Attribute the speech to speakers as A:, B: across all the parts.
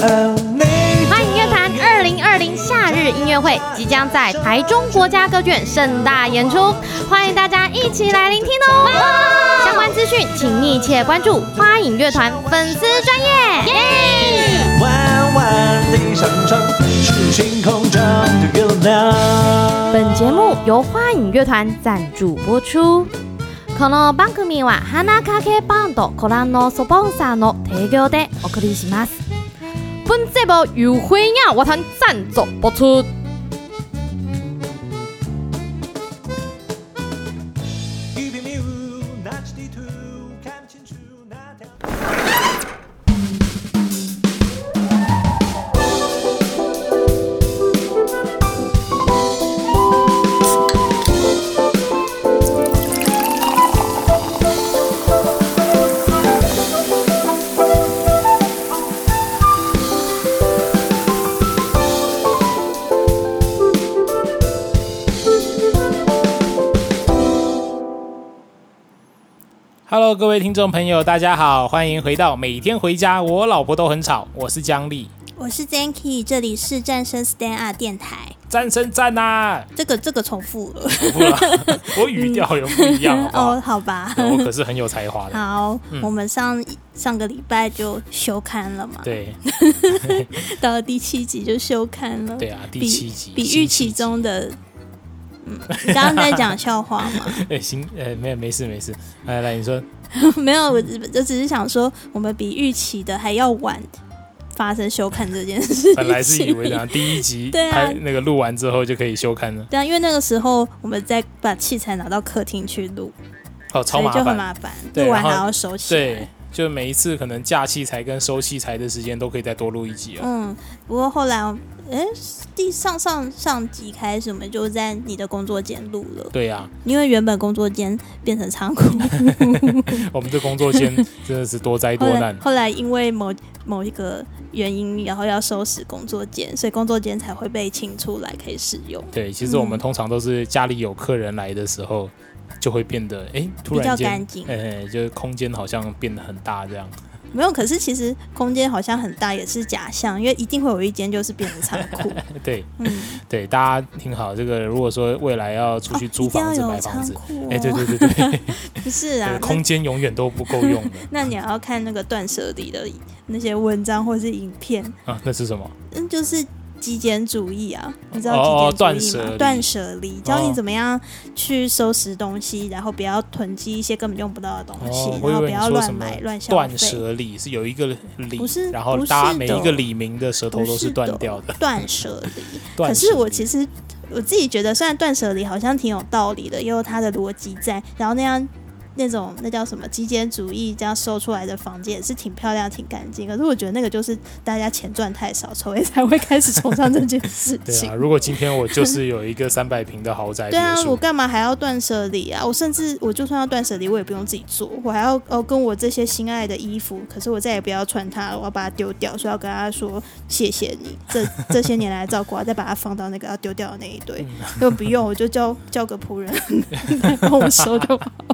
A: 欢迎乐坛二零二零夏日音乐会即将在台中国家歌剧院盛大演出，欢迎大家一起来聆听哦。相关资讯请密切关注花影乐团粉丝专业。
B: 弯弯的上窗是星空中的月亮。
A: 本节目由花影乐团赞助播出。この番組は花かけバンドコランのスポンサーの提供でお送りします。本节目由花影乐团赞助播出。
B: 一片迷雾，拿起地图看不清楚那条。
C: Hello，各位听众朋友，大家好，欢迎回到每天回家，我老婆都很吵，我是姜丽，
D: 我是 Janky，这里是战胜 Stand Up 电台。
C: 战胜战 呐、
D: 这个这个重复了，
C: 重复了，我语调有不一样，好不好？
D: 哦，好吧。
C: 对我可是很有嗯才华的，
D: 好，我们上上个礼拜就休刊了嘛，
C: 对
D: 到了第七集就休刊了，
C: 对啊，第
D: 比
C: 七集
D: 比预期，中的，嗯，你刚刚在讲笑话嘛？
C: 新呃行呃没有没事没事，来来你说，
D: 没有，我只我只是想说，我们比预期的还要晚发生休刊这件事情。
C: 本来是以为讲第一集
D: 对啊
C: 拍那个录完之后就可以休刊了，
D: 对啊，因为那个时候我们在把器材拿到客厅去录，
C: 哦
D: 所
C: 超
D: 以
C: 麻
D: 就很
C: 烦，
D: 麻烦，
C: 对
D: 录完
C: 然后
D: 还要收起来。
C: 对，就每一次可能架器材跟收器材的时间都可以再多录一集啊，
D: 嗯，不过后来，哎，第上上上集开始，我们就在你的工作间录了，
C: 对啊呀、
D: 因为原本工作间变成仓库，
C: 我们这工作间真的是多灾
D: 后
C: 多
D: 来
C: 难，
D: 后来因为某某一个原因，然后要收拾工作间，所以工作间才会被清出来可以使用，
C: 对，其实我们
D: 嗯
C: 通常都是家里有客人来的时候，就会变得哎、诶突
D: 比较
C: 然间，
D: 干净。
C: 哎、就是空间好像变得很大这样。
D: 没有，可是其实空间好像很大，也是假象，因为一定会有一间就是变成仓 库。
C: 对
D: 嗯，
C: 对，大家听好，这个如果说未来要出去
D: 哦
C: 租
D: 一定
C: 房
D: 要
C: 子、
D: 有
C: 买房
D: 仓
C: 子，
D: 库、哦。
C: 哎、对对对 对，
D: 不是啊
C: 对，
D: 那
C: 空间永远都不够用的
D: 那你要看那个断舍离的那些文章或是影片，
C: 啊，那是什么？
D: 嗯，就是极简主义啊，你知
C: 哦
D: 道极简主义
C: 断舍
D: 吗？
C: 离哦
D: 断舍离，教你怎么样去收拾东西，然后不要囤积一些根本用不到的东西，
C: 哦，我以
D: 然后不
C: 为你
D: 要
C: 说
D: 乱
C: 什么
D: 买乱 消
C: 断
D: 费。
C: 舍离是有一个李
D: 不是，
C: 然后
D: 不
C: 大家
D: 是
C: 每
D: 的
C: 一个李明的舌头
D: 不
C: 都
D: 是
C: 是断
D: 的
C: 掉的。
D: 断舍离，
C: 断
D: 可是
C: 舍
D: 我
C: 离
D: 其实我自己觉得，虽然断舍离好像挺有道理的，也有它的逻辑在，然后那样。那种那叫什么极简主义，这样收出来的房间也是挺漂亮、挺干净。可是我觉得那个就是大家钱赚太少，所以才会开始崇尚这件事
C: 对
D: 情
C: 啊，。如果今天我就是有一个三百平的豪宅别
D: 对啊，我
C: 墅，
D: 干嘛还要断舍离啊？我甚至我就算要断舍离，我也不用自己做，我还要哦跟我这些心爱的衣服，可是我再也不要穿它了，我要把它丢掉，所以要跟他说谢谢你，这 这些年来照顾我，啊再把它放到那个要丢掉的那一
C: 嗯
D: 堆。又不用，我就叫叫个仆人 来帮我收就好。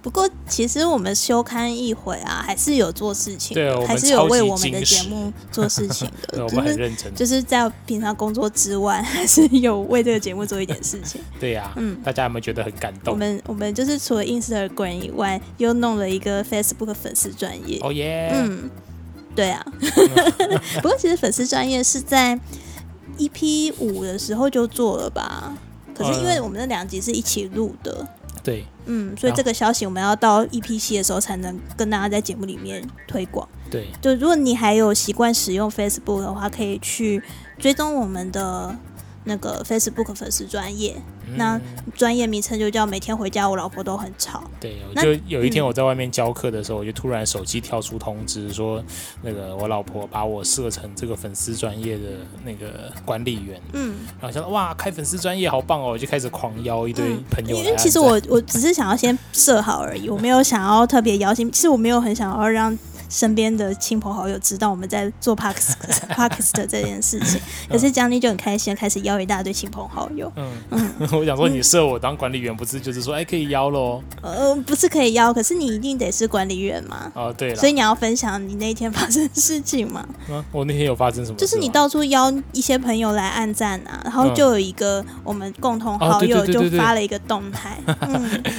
D: 不过，其实我们休刊一回啊，还是有做事情
C: 对我
D: 的，
C: 们
D: 还是有为我们
C: 超
D: 的
C: 级矜
D: 节
C: 持
D: 目做事情
C: 对
D: 的，
C: 我
D: 就
C: 们很
D: 是
C: 认真。
D: 就是在平常工作之外， 还是有为这个节目做一点事情。
C: 对呀、
D: 嗯
C: 大家有没有觉得很感
D: 我
C: 动？
D: 们我们就是除了 Instagram 以外，又弄了一个 Facebook 粉丝专业。
C: 哦耶！
D: 嗯，对啊。不过其实粉丝专业是在 EP 五的时候就做了吧？可是因为我们那两集是一起录的，
C: 对，
D: 嗯，所以这个消息我们要到 EP 七的时候才能跟大家在节目里面推广。
C: 对，
D: 就如果你还有习惯使用 Facebook 的话，可以去追踪我们的那个 Facebook 粉丝专业，
C: 嗯
D: 那专业名称就叫“每天回家我老婆都很吵”。
C: 对，我
D: 那
C: 就有一天
D: 嗯
C: 我在外面教课的时候，我就突然手机跳出通知说，那个我老婆把我设成这个粉丝专业的那个管理员，
D: 嗯，
C: 然后想到哇，开粉丝专业好棒哦，我就开始狂邀一堆
D: 嗯
C: 朋友啊
D: 因
C: 来按赞、
D: 为其实我我只是想要先设好而已，我没有想要特别邀请，其实我没有很想要让身边的亲朋好友知道我们在做 p a s p a s 的这件事
C: 嗯
D: 情。可是江丽就很开心，开始邀一大堆亲朋好友。
C: 嗯， 我想说你设我当管理员，不是就是说哎可以邀喽？
D: 呃，不是可以邀，可是你一定得是管理员嘛。
C: 哦，对了
D: 所以，你要分享你那天发生的事情嘛？
C: 嗯我那天有发生什么事吗？嗯
D: 就是你到处邀一些朋友来按赞啊，然后就有一个我们共同好
C: 哦
D: 友
C: 对对对
D: 就
C: 对对
D: 发了一个动 态，嗯，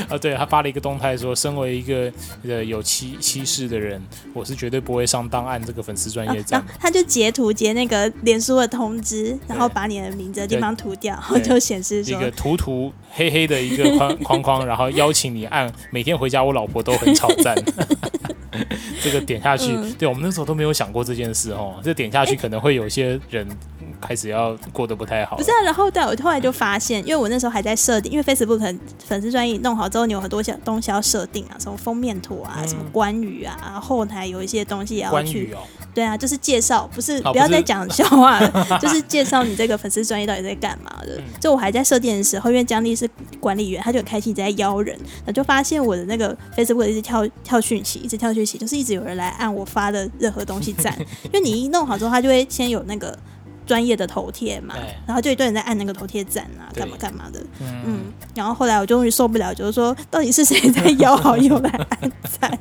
C: 啊，对他发了一个动态说，身为一个呃有妻妻室的人，我是绝对不会上当按这个粉丝专业
D: 哦然
C: 站
D: 后。他就截图截那个脸书的通知，然后
C: 对
D: 把你的名字的地方涂掉，然后
C: 对
D: 就显示
C: 一
D: 说
C: 个涂涂黑黑的一个框框框，然后邀请你按，每天回家我老婆都很吵 赞。这个点下去，
D: 嗯
C: 对我们那时候都没有想过这件事哦。这点下去可能会有些人开始要过得不太好
D: 不。是啊，然后但我后来就发现，因为我那时候还在设定，因为 Facebook 很粉丝专业弄好之后，你有很多小东西要设定啊，什么封面图啊，什么关羽啊，后台有一些东西也要
C: 嗯关
D: 去
C: 羽，哦，
D: 对啊，就是介绍，不是
C: 哦
D: 不要
C: 不是
D: 再讲笑话了，就是介绍你这个粉丝专业到底在干嘛
C: 嗯
D: 的。就我还在设定的时候，因为江丽是管理员，他就很开心在邀人，我就发现我的那个 Facebook 一直跳跳讯息，一直跳讯息，就是一直有人来按我发的任何东西 赞，因为你一弄好之后，他就会先有那个。专业的头贴嘛
C: 对，
D: 然后就一堆人在按那个头贴赞啊，干嘛
C: 对
D: 干嘛的，
C: 哎嗯，
D: 嗯，然后后来我终于受不了，就是说到底是谁在邀好友来按赞？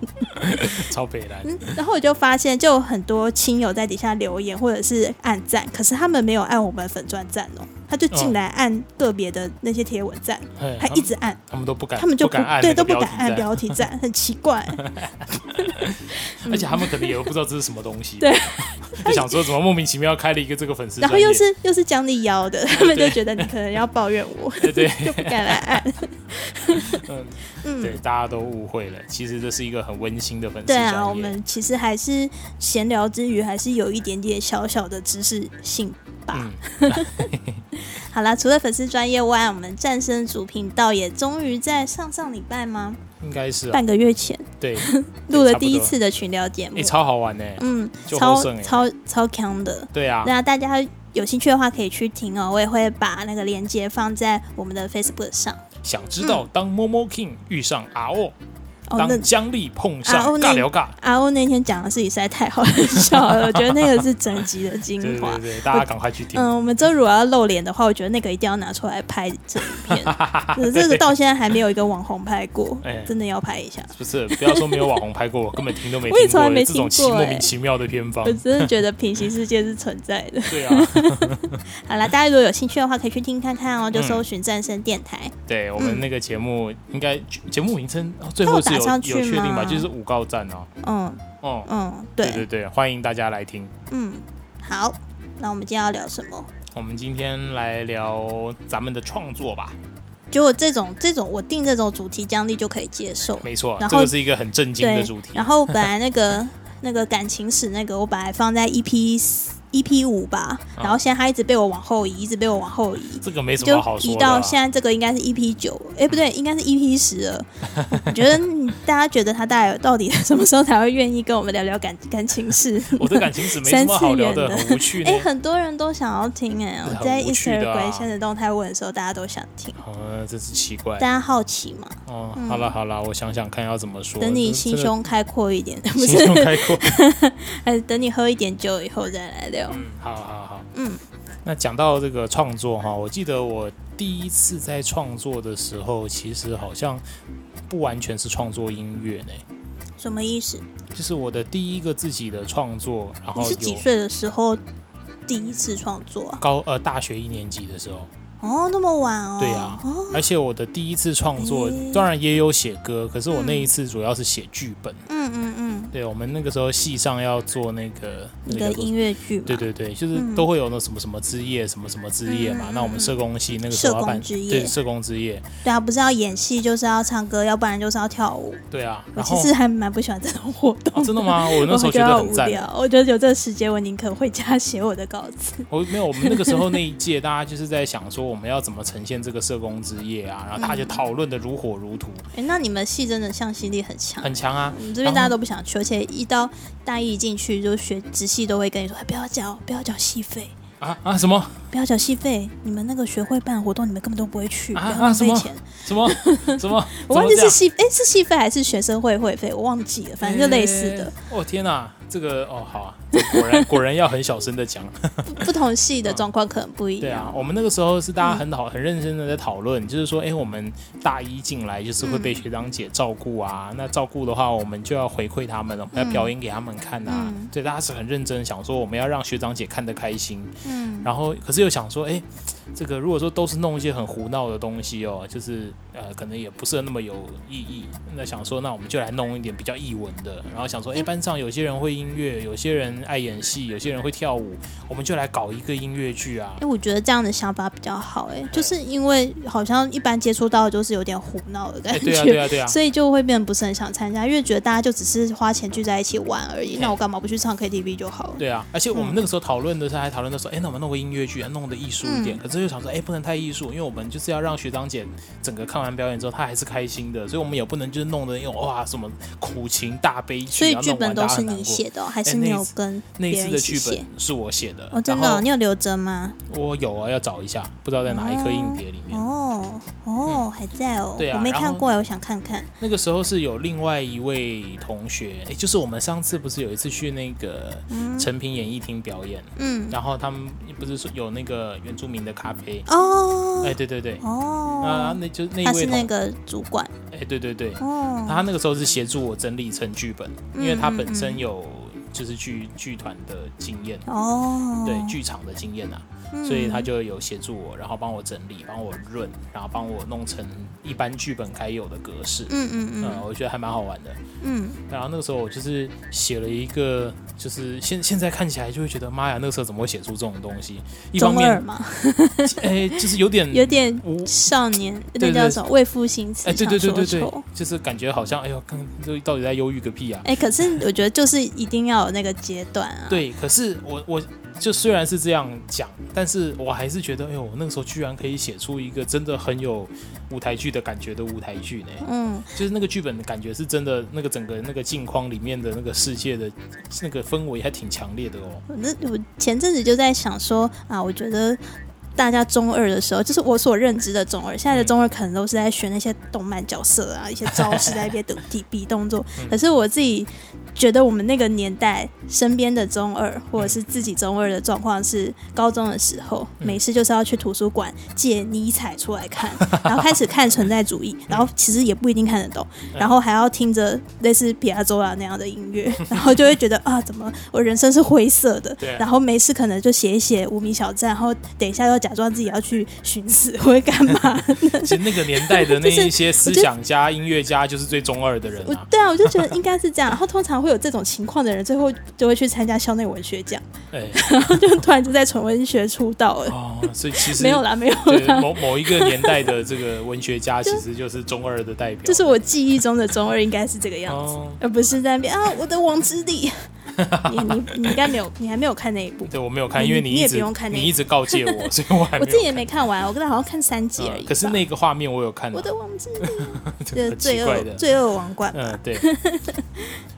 C: 超北蓝，
D: 嗯然后我就发现，就有很多亲友在底下留言或者是按赞，可是他们没有按我们粉钻赞哦，他就进来按个别的那些贴文赞，
C: 嘿
D: 还一直按，
C: 哎他们都不敢，
D: 他们就
C: 不敢按
D: 对
C: 那个
D: 都不
C: 标
D: 敢
C: 题
D: 按
C: 在
D: 标题 赞，很奇怪。
C: 而且他们可能也不知道这是什么东西，
D: 对，
C: 就想说怎么莫名其妙开了一个这个粉丝
D: 然
C: 专
D: 后
C: 业，
D: 又是 又是江丽邀 的，他们就觉得你可能要抱怨我，
C: 对对
D: 就不敢来 按。
C: 嗯，对
D: 嗯，，
C: 大家都误会了，其实这是一个很温馨的粉丝
D: 对
C: 专业。
D: 啊，我们其实还是闲聊之余，还是有一点点小小的知识性吧。
C: 嗯，
D: 好啦，除了粉丝专业外，我们战胜主频道也终于在上上礼拜吗？
C: 应该是啊，
D: 半个月前。
C: 对，
D: 录了
C: 差不多
D: 第一次的群聊节目
C: 哎，，超好玩呢。
D: 嗯，
C: 就
D: 超
C: 获胜欸
D: 超超强的。
C: 对啊，
D: 那大家有兴趣的话可以去听哦，我也会把那个链接放在我们的 Facebook 上。
C: 想知道当 Momo King 遇上 RO，
D: 嗯哦，那
C: 当姜丽碰
D: 啊
C: 上
D: 哦那
C: 尬聊尬，
D: 阿欧那天讲的事情实在太好笑 了，我觉得那个是整集的精
C: 对
D: 华
C: 对。对，大家赶快去听。
D: 嗯嗯，我们真如果要露脸的话，我觉得那个一定要拿出来拍成影 片。呃这个到现在还没有一个网红拍过
C: 哎，
D: 真的要拍一下。
C: 不是，不要说没有网红拍过， 我根本听都没
D: 我也
C: 听
D: 从来
C: 过
D: 没
C: 这种
D: 听
C: 奇
D: 过
C: 莫
D: 哎嗯
C: 名其妙的偏方
D: 我。真的觉得平行世界是存在的。
C: 对 啊，
D: 好啦，大家如果有兴趣的话，可以去听看看哦，就
C: 嗯
D: 搜寻战胜电台。
C: 对我们那个节目应该节目名称哦最
D: 它有
C: 后是有
D: 嗯打上去
C: 有确定吧？
D: 吗
C: 就是五告站哦，
D: 嗯
C: 哦，
D: 嗯，
C: 对对对，欢迎大家来听。
D: 嗯，好，那我们今天要聊什么？
C: 我们今天来聊咱们的创作吧，
D: 结果这种这种我定这种主题，江丽就可以接受。
C: 没错，
D: 然
C: 这
D: 后
C: 个是一个很震惊的主题。
D: 然后本来那个 那个感情史那个，我本来放在 E EP EP 五吧，
C: 啊
D: 然后现在它一直被我往后移，一直被我往后移。
C: 这个没什
D: 就
C: 么好说
D: 移
C: 的啊、嗯
D: 到现在，这个应该是 EP 九，哎，不对，应该是 EP 十了。 我觉得大家觉得他大概到底什么时候才会愿意跟我们聊聊感感情事？
C: 我的感情史没什么好聊的，
D: 三次元的
C: 很无趣呢
D: 哎、。很多人都想要听哎、
C: 很
D: 我在
C: 无趣的啊
D: Instagram 现实动态问的时候，大家都想听，
C: 呃，真是奇怪
D: 大。家好奇嘛？
C: 哦，好了好了，我想想看要怎么说。
D: 嗯等你
C: 真
D: 心
C: 真的
D: 胸开阔一点， 不
C: 心胸
D: 是？
C: 开阔。
D: 还是等你喝一点酒以后再来聊。
C: 嗯，好好好。
D: 嗯，
C: 那讲到这个创作哈，我记得我第一次在创作的时候，其实好像不完全是创作音乐呢，
D: 什么意思？
C: 就是我的第一个自己的创作，然
D: 你
C: 后
D: 是
C: 有
D: 几岁的时候第一次创作啊？
C: 高呃大学一年级的时候。
D: 哦，那么晚哦。
C: 对啊
D: 哦，
C: 而且我的第一次创作
D: 诶，
C: 当然也有写歌，可是我那
D: 嗯
C: 一次主要是写剧本。
D: 嗯嗯嗯，
C: 对我们那个时候系上要做那个
D: 你
C: 那个
D: 的
C: 叫做
D: 音乐剧嘛，
C: 对对对，就是
D: 嗯
C: 都会有那什么什么之夜，什么什么之夜嘛。
D: 嗯嗯
C: 那我们社工系那个时候要
D: 社
C: 办
D: 工之夜
C: 对社工之夜，
D: 对啊，不是要演戏就是要唱歌，要不然就是要跳舞。
C: 对啊。
D: 我
C: 然
D: 其
C: 后、
D: 实还蛮不喜欢这种活动、
C: 啊真的？吗？我
D: 我
C: 那时候
D: 觉
C: 觉得
D: 好
C: 很
D: 无
C: 赞。
D: 聊，我觉得有这个时间，我宁可回家写我的稿子。
C: 我没有，我们那个时候那 一届，大家就是在想说我们要怎么呈现这个社工之夜啊，然后大家
D: 嗯
C: 就讨论的如火如荼，
D: 哎，那你们系真的向心力很强。
C: 很强啊
D: 我。们这边大家都不想去，而且一到大一进去就学直系都会跟你说，哎不要交，不要交戏费。
C: 啊啊什么？
D: 不要缴戏费，你们那个学会办的活动，你们根本都不会去，
C: 啊
D: 不要
C: 啊
D: 浪
C: 什
D: 费
C: 么
D: 钱。
C: 什么什么？
D: 我忘记
C: 怎么这
D: 是
C: 样
D: 戏，哎、是戏费还是学生会会费？我忘记了，反正就类似的，
C: 欸哦天哪、这个哦好啊，这果然果然要很小声的讲。
D: 不不同系的状况可能不
C: 嗯
D: 一
C: 对啊
D: 样。，嗯
C: 我们那个时候是大家很好、很认真的在讨论，就是说，哎，我们大一进来就是会被学长姐照顾
D: 嗯
C: 啊，那照顾的话，我们就要回馈他们，我哦们要表演给他们看啊。
D: 嗯
C: 对，大家是很认真想说，我们要让学长姐看得开心，
D: 嗯，
C: 然后可是又想说，哎，这个如果说都是弄一些很胡闹的东西哦，就是呃，可能也不是那么有意义。那想说，那我们就来弄一点比较艺文的。然后想说，哎，班上有些人会音乐，有些人爱演戏，有些人会跳舞，我们就来搞一个音乐剧啊
D: 哎、。我觉得这样的想法比较好、诶哎，就是因为好像一般接触到的就是有点胡闹的感
C: 哎，
D: 觉，
C: 对啊，对啊，对啊。
D: 所以就会变得不是很想参加，因为觉得大家就只是花钱聚在一起玩而已，
C: 对
D: 那我干嘛不去唱 KTV 就好了？
C: 对啊，而且我们
D: 嗯
C: 那个时候讨论的时候，还讨论到说，哎、那我们弄个音乐剧，弄得艺术一点。
D: 嗯
C: 可是又想说，哎、不能太艺术，因为我们就是要让学长姐整个看完表演之后，她还是开心的，所以我们也不能就是弄得那种哇什么苦情大悲剧，
D: 所以
C: 然后
D: 剧
C: 弄
D: 本
C: 完大
D: 都
C: 家
D: 是
C: 很难
D: 你
C: 过。
D: 写的哦、还
C: 哎
D: 是你
C: 那
D: 有
C: 次
D: 跟
C: 那一
D: 别
C: 次
D: 人
C: 的
D: 一起
C: 剧
D: 写
C: 本？是我写的，
D: 哦，真的
C: 然
D: 哦、
C: 后
D: 你有留着吗？
C: 我有啊，要找一下，不知道在哪一颗硬碟里面。
D: 哦哦，还在哦，
C: 嗯对啊
D: 我没
C: 然
D: 看
C: 后
D: 过，我想看看。
C: 那个时候是有另外一位同学，哎、就是我们上次不是有一次去那个成品演艺厅表演，
D: 嗯，
C: 然后他们不是说有那个原住民的咖啡，哎、
D: 哦
C: 对对对，啊
D: 哦，，
C: 那就那一
D: 他
C: 位
D: 是
C: 同
D: 那个主管
C: 哎、对对对，
D: 哦，
C: 他那个时候是协助我整理成剧本，
D: 嗯
C: 因为他本身有就是剧剧团的经验，
D: 哦，
C: 对剧场的经验啊，
D: 嗯
C: 所以他就有协助我，然后帮我整理，帮我润，然后帮我弄成一般剧本该有的格式。
D: 嗯嗯
C: 嗯，
D: 嗯
C: 我觉得还蛮好玩的。
D: 嗯，
C: 然后那个时候我就是写了一个，就是现现在看起来就会觉得妈呀，那个时候怎么会写出这种东西？一方
D: 中二
C: 面，
D: 嘛，
C: 哎、就是有点
D: 有点
C: 无
D: 少年，那
C: 对
D: 叫
C: 对
D: 什么为赋新词
C: 哎，对对对对对
D: 想说愁，
C: 就是感觉好像哎呦，刚这到底在忧郁个屁啊！
D: 哎，可是我觉得就是一定要有那个阶段啊，
C: 对，可是我我就虽然是这样讲，但是我还是觉得，哎呦，我那个时候居然可以写出一个真的很有舞台剧的感觉的舞台剧呢，
D: 嗯，
C: 就是那个剧本的感觉是真的，那个整个那个镜框里面的那个世界的那个氛围还挺强烈的 哦。
D: 我那我前阵子就在想说啊，我觉得大家中二的时候，就是我所认知的中二，现在的中二可能都是在学那些动漫角色啊，一些招式在那边等 比比动作。
C: 嗯
D: 可是我自己觉得，我们那个年代身边的中二，或者是自己中二的状况是高中的时候，
C: 嗯
D: 没事就是要去图书馆借尼采出来看，然后开始看存在主义，然后其实也不一定看 得懂，然后还要听着类似皮亚佐拉那样的音乐， 然后就会觉得啊，怎么我人生是灰色的
C: 对啊？
D: 然后没事可能就写一写无名小站，然后等一下又假装自己要去寻死会干嘛？
C: 其实那个年代的那
D: 就是
C: 一些思想家、音乐家，就是最中二的人
D: 我
C: 啊。
D: 对啊，我就觉得应该是这样。然后通常会有这种情况的人，最后就会去参加校内文学奖，
C: 哎，
D: 然后就突然就在纯文学出道了。
C: 哦，所以其实
D: 没有啦，没有
C: 对
D: 啦，
C: 某某一个年代的这个文学 家，其实就是中二的代表。
D: 就是我记忆中的中二应该是这个样子，
C: 哦，
D: 而不是在那边啊我的王之力。 你你你应该没有，你还没有看那一部。
C: 对我没有看，
D: 你
C: 因为你
D: 你
C: 一
D: 也
C: 直
D: 不用看那个
C: 一直告诫 我，所以我还没有
D: 我自己也没看完，我刚才好像看三集而已
C: 嗯
D: 吧。
C: 可是那个画面我有看到
D: 我，的王之力，这
C: 很
D: 罪
C: 奇怪的
D: 恶。罪恶王冠，
C: 嗯， 对。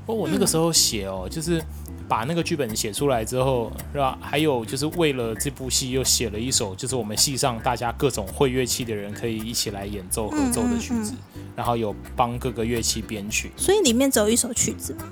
C: 不过我那个时候写哦，就是把那个剧本写出来之后，是吧？还有就是为了这部戏又写了一首，就是我们戏上大家各种会乐器的人可以一起来演奏合奏的曲子，
D: 嗯
C: 然后有帮各个乐器编曲，
D: 所以里面只有一首曲子嘛。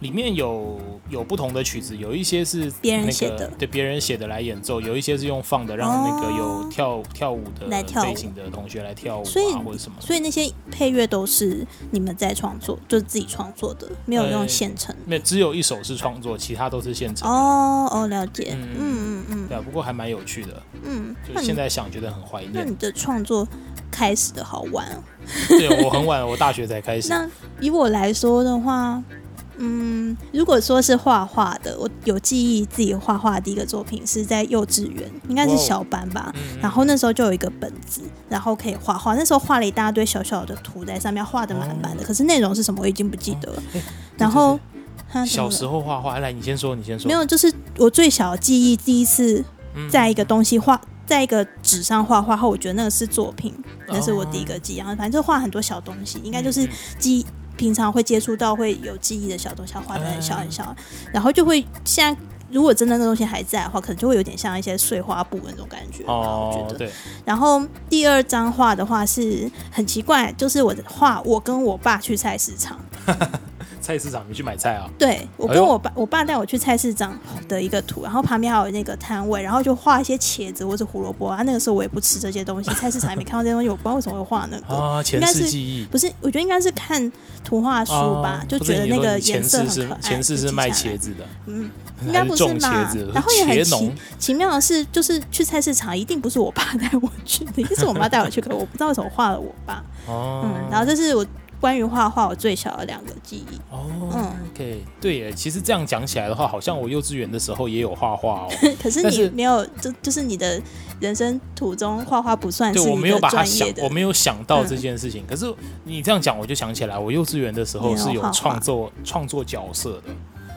C: 里面有有不同的曲子，有一些是
D: 别人
C: 那个
D: 写的哦
C: 对别人写的来演奏，有一些是用放的，让那个有跳、跳舞的
D: 来跳舞
C: 背景的同学来跳舞
D: 所以
C: 啊，或者什么。
D: 所以那些配乐都是你们在创作，就是自己创作的，没有
C: 哎
D: 用现成。
C: 没有，只有一首是创作，其他都是现成。
D: 哦哦，了解。
C: 嗯
D: 嗯嗯
C: 对啊，不过还蛮有趣的，
D: 嗯嗯。
C: 就
D: 那
C: 是现
D: 你
C: 在想觉得很怀
D: 那
C: 念。
D: 你的创作开始的好玩哦。
C: 对我很晚，我大学才开始。
D: 那以我来说的话，嗯，如果说是画画的，我有记忆自己画画的第一个作品是在幼稚园，应该是
C: 哇哦
D: 小班吧。
C: 嗯
D: 然后那时候就有一个本子，然后可以画画。那时候画了一大堆小小的图在上面，画的满满的。
C: 哦
D: 可是内容是什么我已经不记得了。然后，哈怎么
C: 小
D: 了
C: 时候画画，来你先说，你先说。
D: 没有，就是我最小的记忆，第一次
C: 嗯
D: 在一个东西画，在一个纸上画画后，我觉得那个是作品，那是我第一个记忆。然后反正就画很多小东西，应该就是
C: 哦嗯
D: 记
C: 嗯
D: 忆平常会接触到会有记忆的小东西，要画的很小很小，然后就会现在如果真的那东西还在的话，可能就会有点像一些碎花布那种感觉吧。我觉
C: 哦
D: 得，。
C: 对，
D: 然后第二张画的话是很奇怪，就是我的画我跟我爸去菜市场，
C: 菜市场你去买菜啊？
D: 对我
C: 哎
D: 跟
C: 呦
D: 我爸，我爸带我去菜市场的一个图，然后旁边还有那个摊位，然后就画一些茄子或者胡萝卜啊。那个时候我也不吃这些东西，菜市场也没看到这些东西，我不知道为什么会画那 个。
C: 啊，前
D: 应该
C: 世
D: 是
C: 记忆。
D: 不是，我觉得应该是看图画书吧，
C: 哦
D: 就
C: 不是
D: 觉得
C: 你
D: 那
C: 说你
D: 个颜
C: 前
D: 色
C: 世
D: 很
C: 是
D: 可爱。
C: 前世是
D: 就记
C: 卖
D: 下来
C: 茄子的，
D: 嗯，应该
C: 还
D: 不
C: 是
D: 是
C: 种茄
D: 吧
C: 子？？
D: 然后也很
C: 茄
D: 奇
C: 农
D: 奇妙的是，就是去菜市场一定不是我爸带我去的，一定是我妈带我去，可我不知道为什么画了我爸。嗯，然
C: 哦
D: 后这是我关于画画我最小的两个记忆。
C: 哦
D: 嗯
C: ，OK，对耶，其实这样讲起来的话，好像我幼稚园的时候也有画画哦。
D: 可 是
C: 但
D: 你
C: 是
D: 没有，就就是你的人生途中画画不算是
C: 对，我
D: 你
C: 没
D: 的
C: 有把它
D: 专
C: 想
D: 业，的嗯
C: 我没有想到这件事情。可是你这样讲，我就想起来，我幼稚园的时候
D: 你有
C: 是有
D: 画画
C: 创作创作角色的。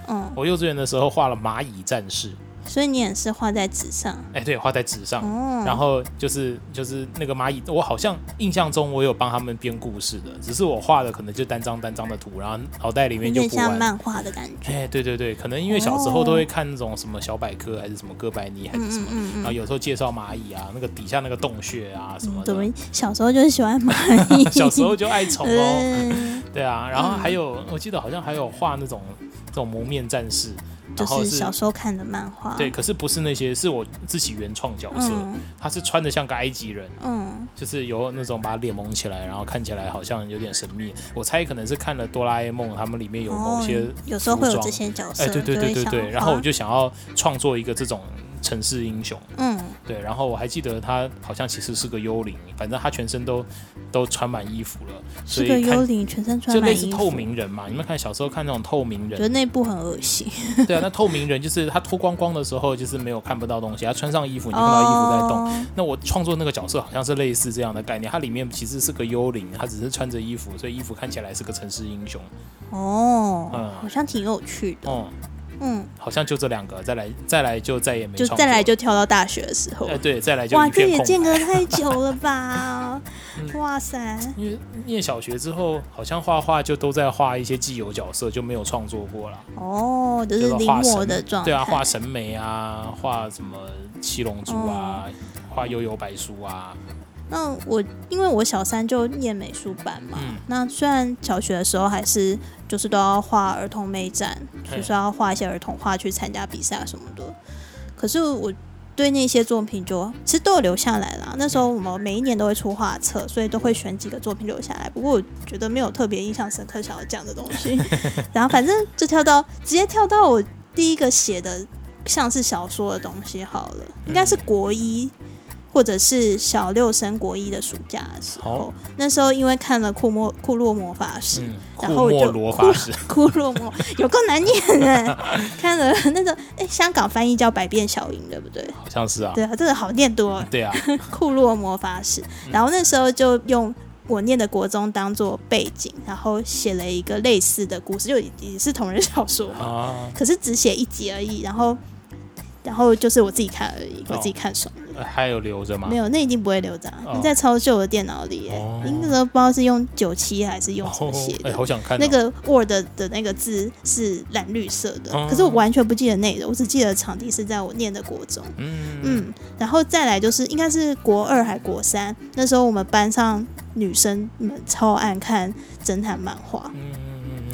D: 嗯，
C: 我幼稚园的时候画了蚂蚁战士，
D: 所以你也是画在纸上
C: 哎，对，画在纸上。
D: 哦。
C: 然后就是就是那个蚂蚁，我好像印象中我有帮他们编故事的，只是我画的可能就单张单张的图，然后脑袋里
D: 有
C: 面就
D: 点
C: 不
D: 像
C: 完。
D: 漫画的感觉，
C: 哎，对对对，可能因为小时候都会看那种什么小百科，还是什么哥白尼，还是什
D: 哦嗯
C: 么，然后有时候介绍蚂蚁啊，那个底下那个洞穴啊什么
D: 嗯怎么
C: 的，
D: 小时候就是喜欢蚂蚁？
C: 小 时候就爱宠哦。
D: 嗯，
C: 对啊，然后还有、我记得好像还有画那种这种蒙面战士，
D: 就
C: 然后
D: 是
C: 是
D: 小时候看的漫画。
C: 对，，可是不是那些是我自己原创角色，
D: 嗯
C: 他是穿的像个埃及人，
D: 嗯，
C: 就是有那种把脸蒙起来，然后看起来好像有点神秘。我猜可能是看了哆啦 A 梦，他们里面有某
D: 哦
C: 些、
D: 有时候会有这。些角色，
C: 哎，对对
D: 就
C: 对
D: 会
C: 对
D: 想
C: 对，然后我就想要创作一个这种城市英雄，
D: 画嗯，
C: 对，然后我还记得他好像其实是个幽灵，反正他全身都都穿满衣服了，所
D: 是
C: 以
D: 个幽
C: 看
D: 灵，全身穿
C: 就
D: 满
C: 类
D: 衣
C: 似
D: 服，
C: 透明人嘛，你们看小时候看那种透明
D: 觉
C: 人
D: 得，那部很恶心。
C: 对啊，那透明人就是他脱光光的时候，就是没有看不到东西，他穿上衣服，你看不到衣服在动。
D: 哦
C: 那我创作那个角色好像是类似这样的概念，它里面其实是个幽灵，他只是穿着衣服，所以衣服看起来是个城市英雄。
D: 哦
C: 嗯，
D: 好像挺有趣的。
C: 哦、
D: 嗯，
C: 好像就这两个，再来再来就再也没
D: 就
C: 创
D: 再来
C: 作
D: 就跳到大学的时候
C: 了。哎、。对，再来就
D: 哇，
C: 一
D: 这
C: 片
D: 也间
C: 空白。嗯
D: 隔太久了吧？哇塞，
C: 因为念小学之后，好像画画就都在画一些既有角色，就没有创作过了。
D: 哦，就是
C: 就是
D: 临
C: 画
D: 摹
C: 神
D: 的状态。
C: 对啊，画神眉啊，画什么七龙珠啊，画悠悠白书啊，
D: 那我因为我小三就念美术班嘛，
C: 嗯
D: 那虽然小学的时候还是就是都要画儿童美展，
C: 嘿
D: 就是要画一些儿童画去参加比赛什么的，可是我对那些作品就其实都有留下来啦。那时候我们每一年都会出画册，所以都会选几个作品留下来。不过我觉得没有特别印象深刻想要讲的东 西，然后反正就跳到直接跳到我第一个写的像是小说的东西好了，应该是国一。或者是小六升国一的暑假的时候
C: 好，
D: 那时候因为看了库莫库洛魔法师，
C: 嗯，
D: 然
C: 库
D: 后我
C: 莫
D: 就
C: 罗法师，
D: 库洛魔有够难念呢，看了那个哎、香港翻译叫百变小樱，对不对？
C: 好像是啊，
D: 对啊，这个好念多了，
C: 对啊，
D: 库洛魔法使。
C: 嗯
D: 然后那时候就用我念的国中当做背景，然后写了一个类似的故事，就也是同人小说嘛，
C: 啊，
D: 可是只写一集而已。然后，然后就是我自己看而已，我自己看爽了。
C: 呃还有留着吗
D: 没？有，那一定不会留着、啊，
C: 哦
D: 那在超旧的电脑里、耶欸
C: 哦
D: 那时候不知道是用九七还是用什么
C: 哦
D: 写，
C: 哎，
D: 的，
C: 好想看哦
D: 那个 Word 的那个字是蓝绿色的，
C: 哦
D: 可是我完全不记得内容，我只记得场地是在我念的国中。
C: 嗯嗯
D: 嗯，然后再来就是应该是国二还国三，那时候我们班上女生们超爱看侦探漫画，
C: 嗯嗯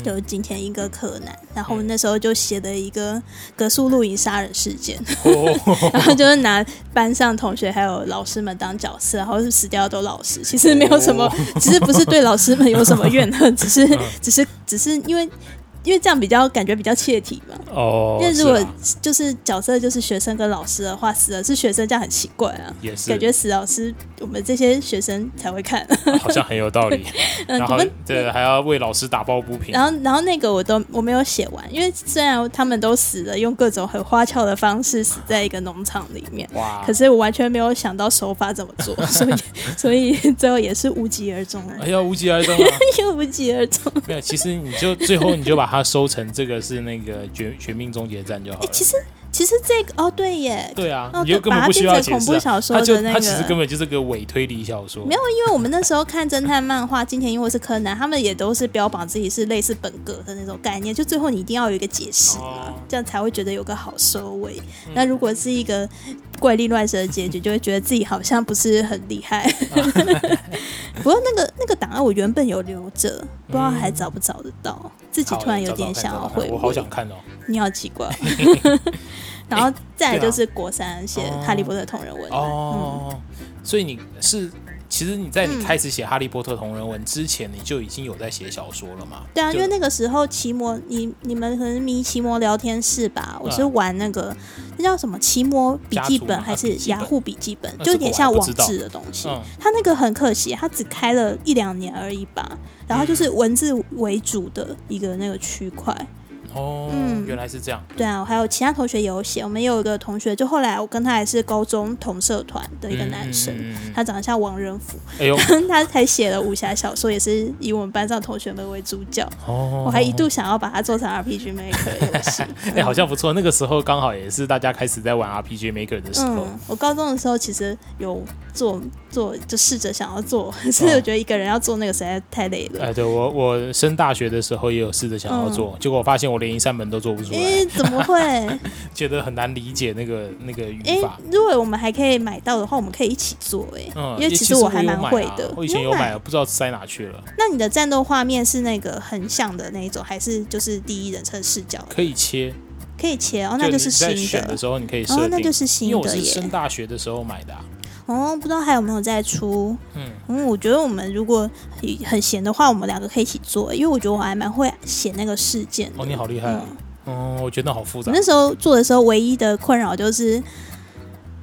D: 就是金田一个柯南，然后那时候就写了一个格数露营杀人事 件，
C: 哦，
D: 然后就是拿班上同学还有老师们当角色，然后是死掉的都老师，其实没有什
C: 哦
D: 么，其实不是对老师们有什么怨恨， 只是
C: 嗯
D: 只是只是因为。因为这样比较感觉比较切题嘛，
C: 哦，
D: 因为如
C: 是
D: 果
C: 啊
D: 就是角色就是学生跟老师的话，死的是学生，这样很奇怪啊。
C: 也是
D: 感觉死老师，我们这些学生才会看。
C: 好像很有道理，
D: 嗯，
C: 然
D: 你
C: 后
D: 们，
C: 对还要为老师打抱不平，
D: 然后，然后那个我都我没有写完，因为虽然他们都死了，用各种很花俏的方式死在一个农场里面，
C: 哇，
D: 可是我完全没有想到手法怎么 做，所以所以最后也是无疾而终了
C: 哎，呀，无疾而终啊！
D: 又无疾而终。啊
C: 没有，其实你就最后你就把它收成这个是那个绝绝命终结战就好
D: 哎、
C: 了。
D: 其实其实这个哦，对耶，
C: 对啊，
D: 哦，
C: 你就
D: 对
C: 根
D: 把
C: 本
D: 它
C: 不需
D: 变
C: 要
D: 成
C: 解
D: 恐
C: 释、
D: 怖
C: 啊，
D: 小说
C: 它就
D: 的那
C: 它其实根
D: 个。
C: 本就是个伪推理小说。
D: 没有，因为我们那时候看侦探漫画，金田一或是柯南，他们也都是标榜自己是类似本格的那种概念，就最后你一定要有一个解释嘛，
C: 哦
D: 这样才会觉得有个好收尾。
C: 嗯
D: 那如果是一个怪力乱神的结局，就会觉得自己好像不是很厉害。
C: 啊
D: 不过那个那个档案我原本有留着，
C: 嗯
D: 不知道还找不找得到，自己
C: 好
D: 突然
C: 哎
D: 有
C: 找找
D: 点
C: 看
D: 想
C: 找
D: 要
C: 找看
D: 回
C: 我
D: 味
C: 好想看哦。
D: 你好奇 怪。然后再来就是国三写
C: 哦
D: 《哈利波特》同人文，
C: 哦，所以你是其实你在
D: 嗯
C: 你开始写《哈利波特》同人文之前，你就已经有在写小说了嘛？
D: 对啊，
C: 就
D: 因为那个时候奇摩，你你们可能迷奇摩聊天室吧？我是玩那个那叫什么奇摩笔记本
C: 啊家族吗
D: 还
C: 啊
D: 是
C: 笔记
D: 雅
C: 本
D: 虎笔记本，
C: 那
D: 就
C: 这
D: 有
C: 个
D: 点像
C: 我还
D: 网
C: 不知道
D: 志的东西
C: 嗯。
D: 它那个很可惜，它只开了一两年而已吧。然后就是文字为主的一个那个区块。
C: 哦，
D: 嗯
C: 原来是这样。
D: 对啊，我还有其他同学也有写，我们也有一个同学，就后来我跟他也是高中同社团的一个男生，
C: 嗯嗯嗯嗯
D: 他长得像王仁甫，
C: 哎呦，
D: 他才写了武侠小说，也是以我们班上同学们为主角。
C: 哦，
D: 我还一度想要把它做成 RPG Maker 的游戏。
C: 哎、好像不错。那个时候刚好也是大家开始在玩 RPG Maker 的时候，
D: 嗯，我高中的时候其实有做做，就试着想要做，
C: 哦
D: 可是我觉得一个人要做那个实在太累了。
C: 哎，对我我升大学的时候也有试着想要做，结果我发现我连一扇门都做不出来，
D: 嗯诶，怎么会？
C: 觉得很难理解那个那个语
D: 诶，
C: 法。
D: 如果我们还可以买到的话，我们可以一起做诶，
C: 嗯，
D: 因为
C: 也
D: 其
C: 实
D: 实我
C: 我
D: 还
C: 有
D: 蛮
C: 买
D: 会
C: 啊
D: 的。
C: 我以前
D: 你
C: 有买，不知道塞哪去了。
D: 那你的战斗画面是那个横向的那一种，还是就是第一人称视角的？
C: 可以切，
D: 可以切哦，那就是
C: 你在
D: 新
C: 选
D: 的
C: 的。时候你可以设定，
D: 哦，那就是新
C: 因为我
D: 的
C: 是
D: 耶
C: 升！大学的时候买的、啊，
D: 哦，不知道还有没有再出？
C: 嗯，
D: 嗯，我觉得我们如果很闲的话，我们两个可以一起做，因为我觉得我还蛮会写那个事件的。
C: 哦，你好厉害啊！嗯，我觉得好复
D: 我
C: 杂
D: 那。时候做的时候，唯一的困扰就是，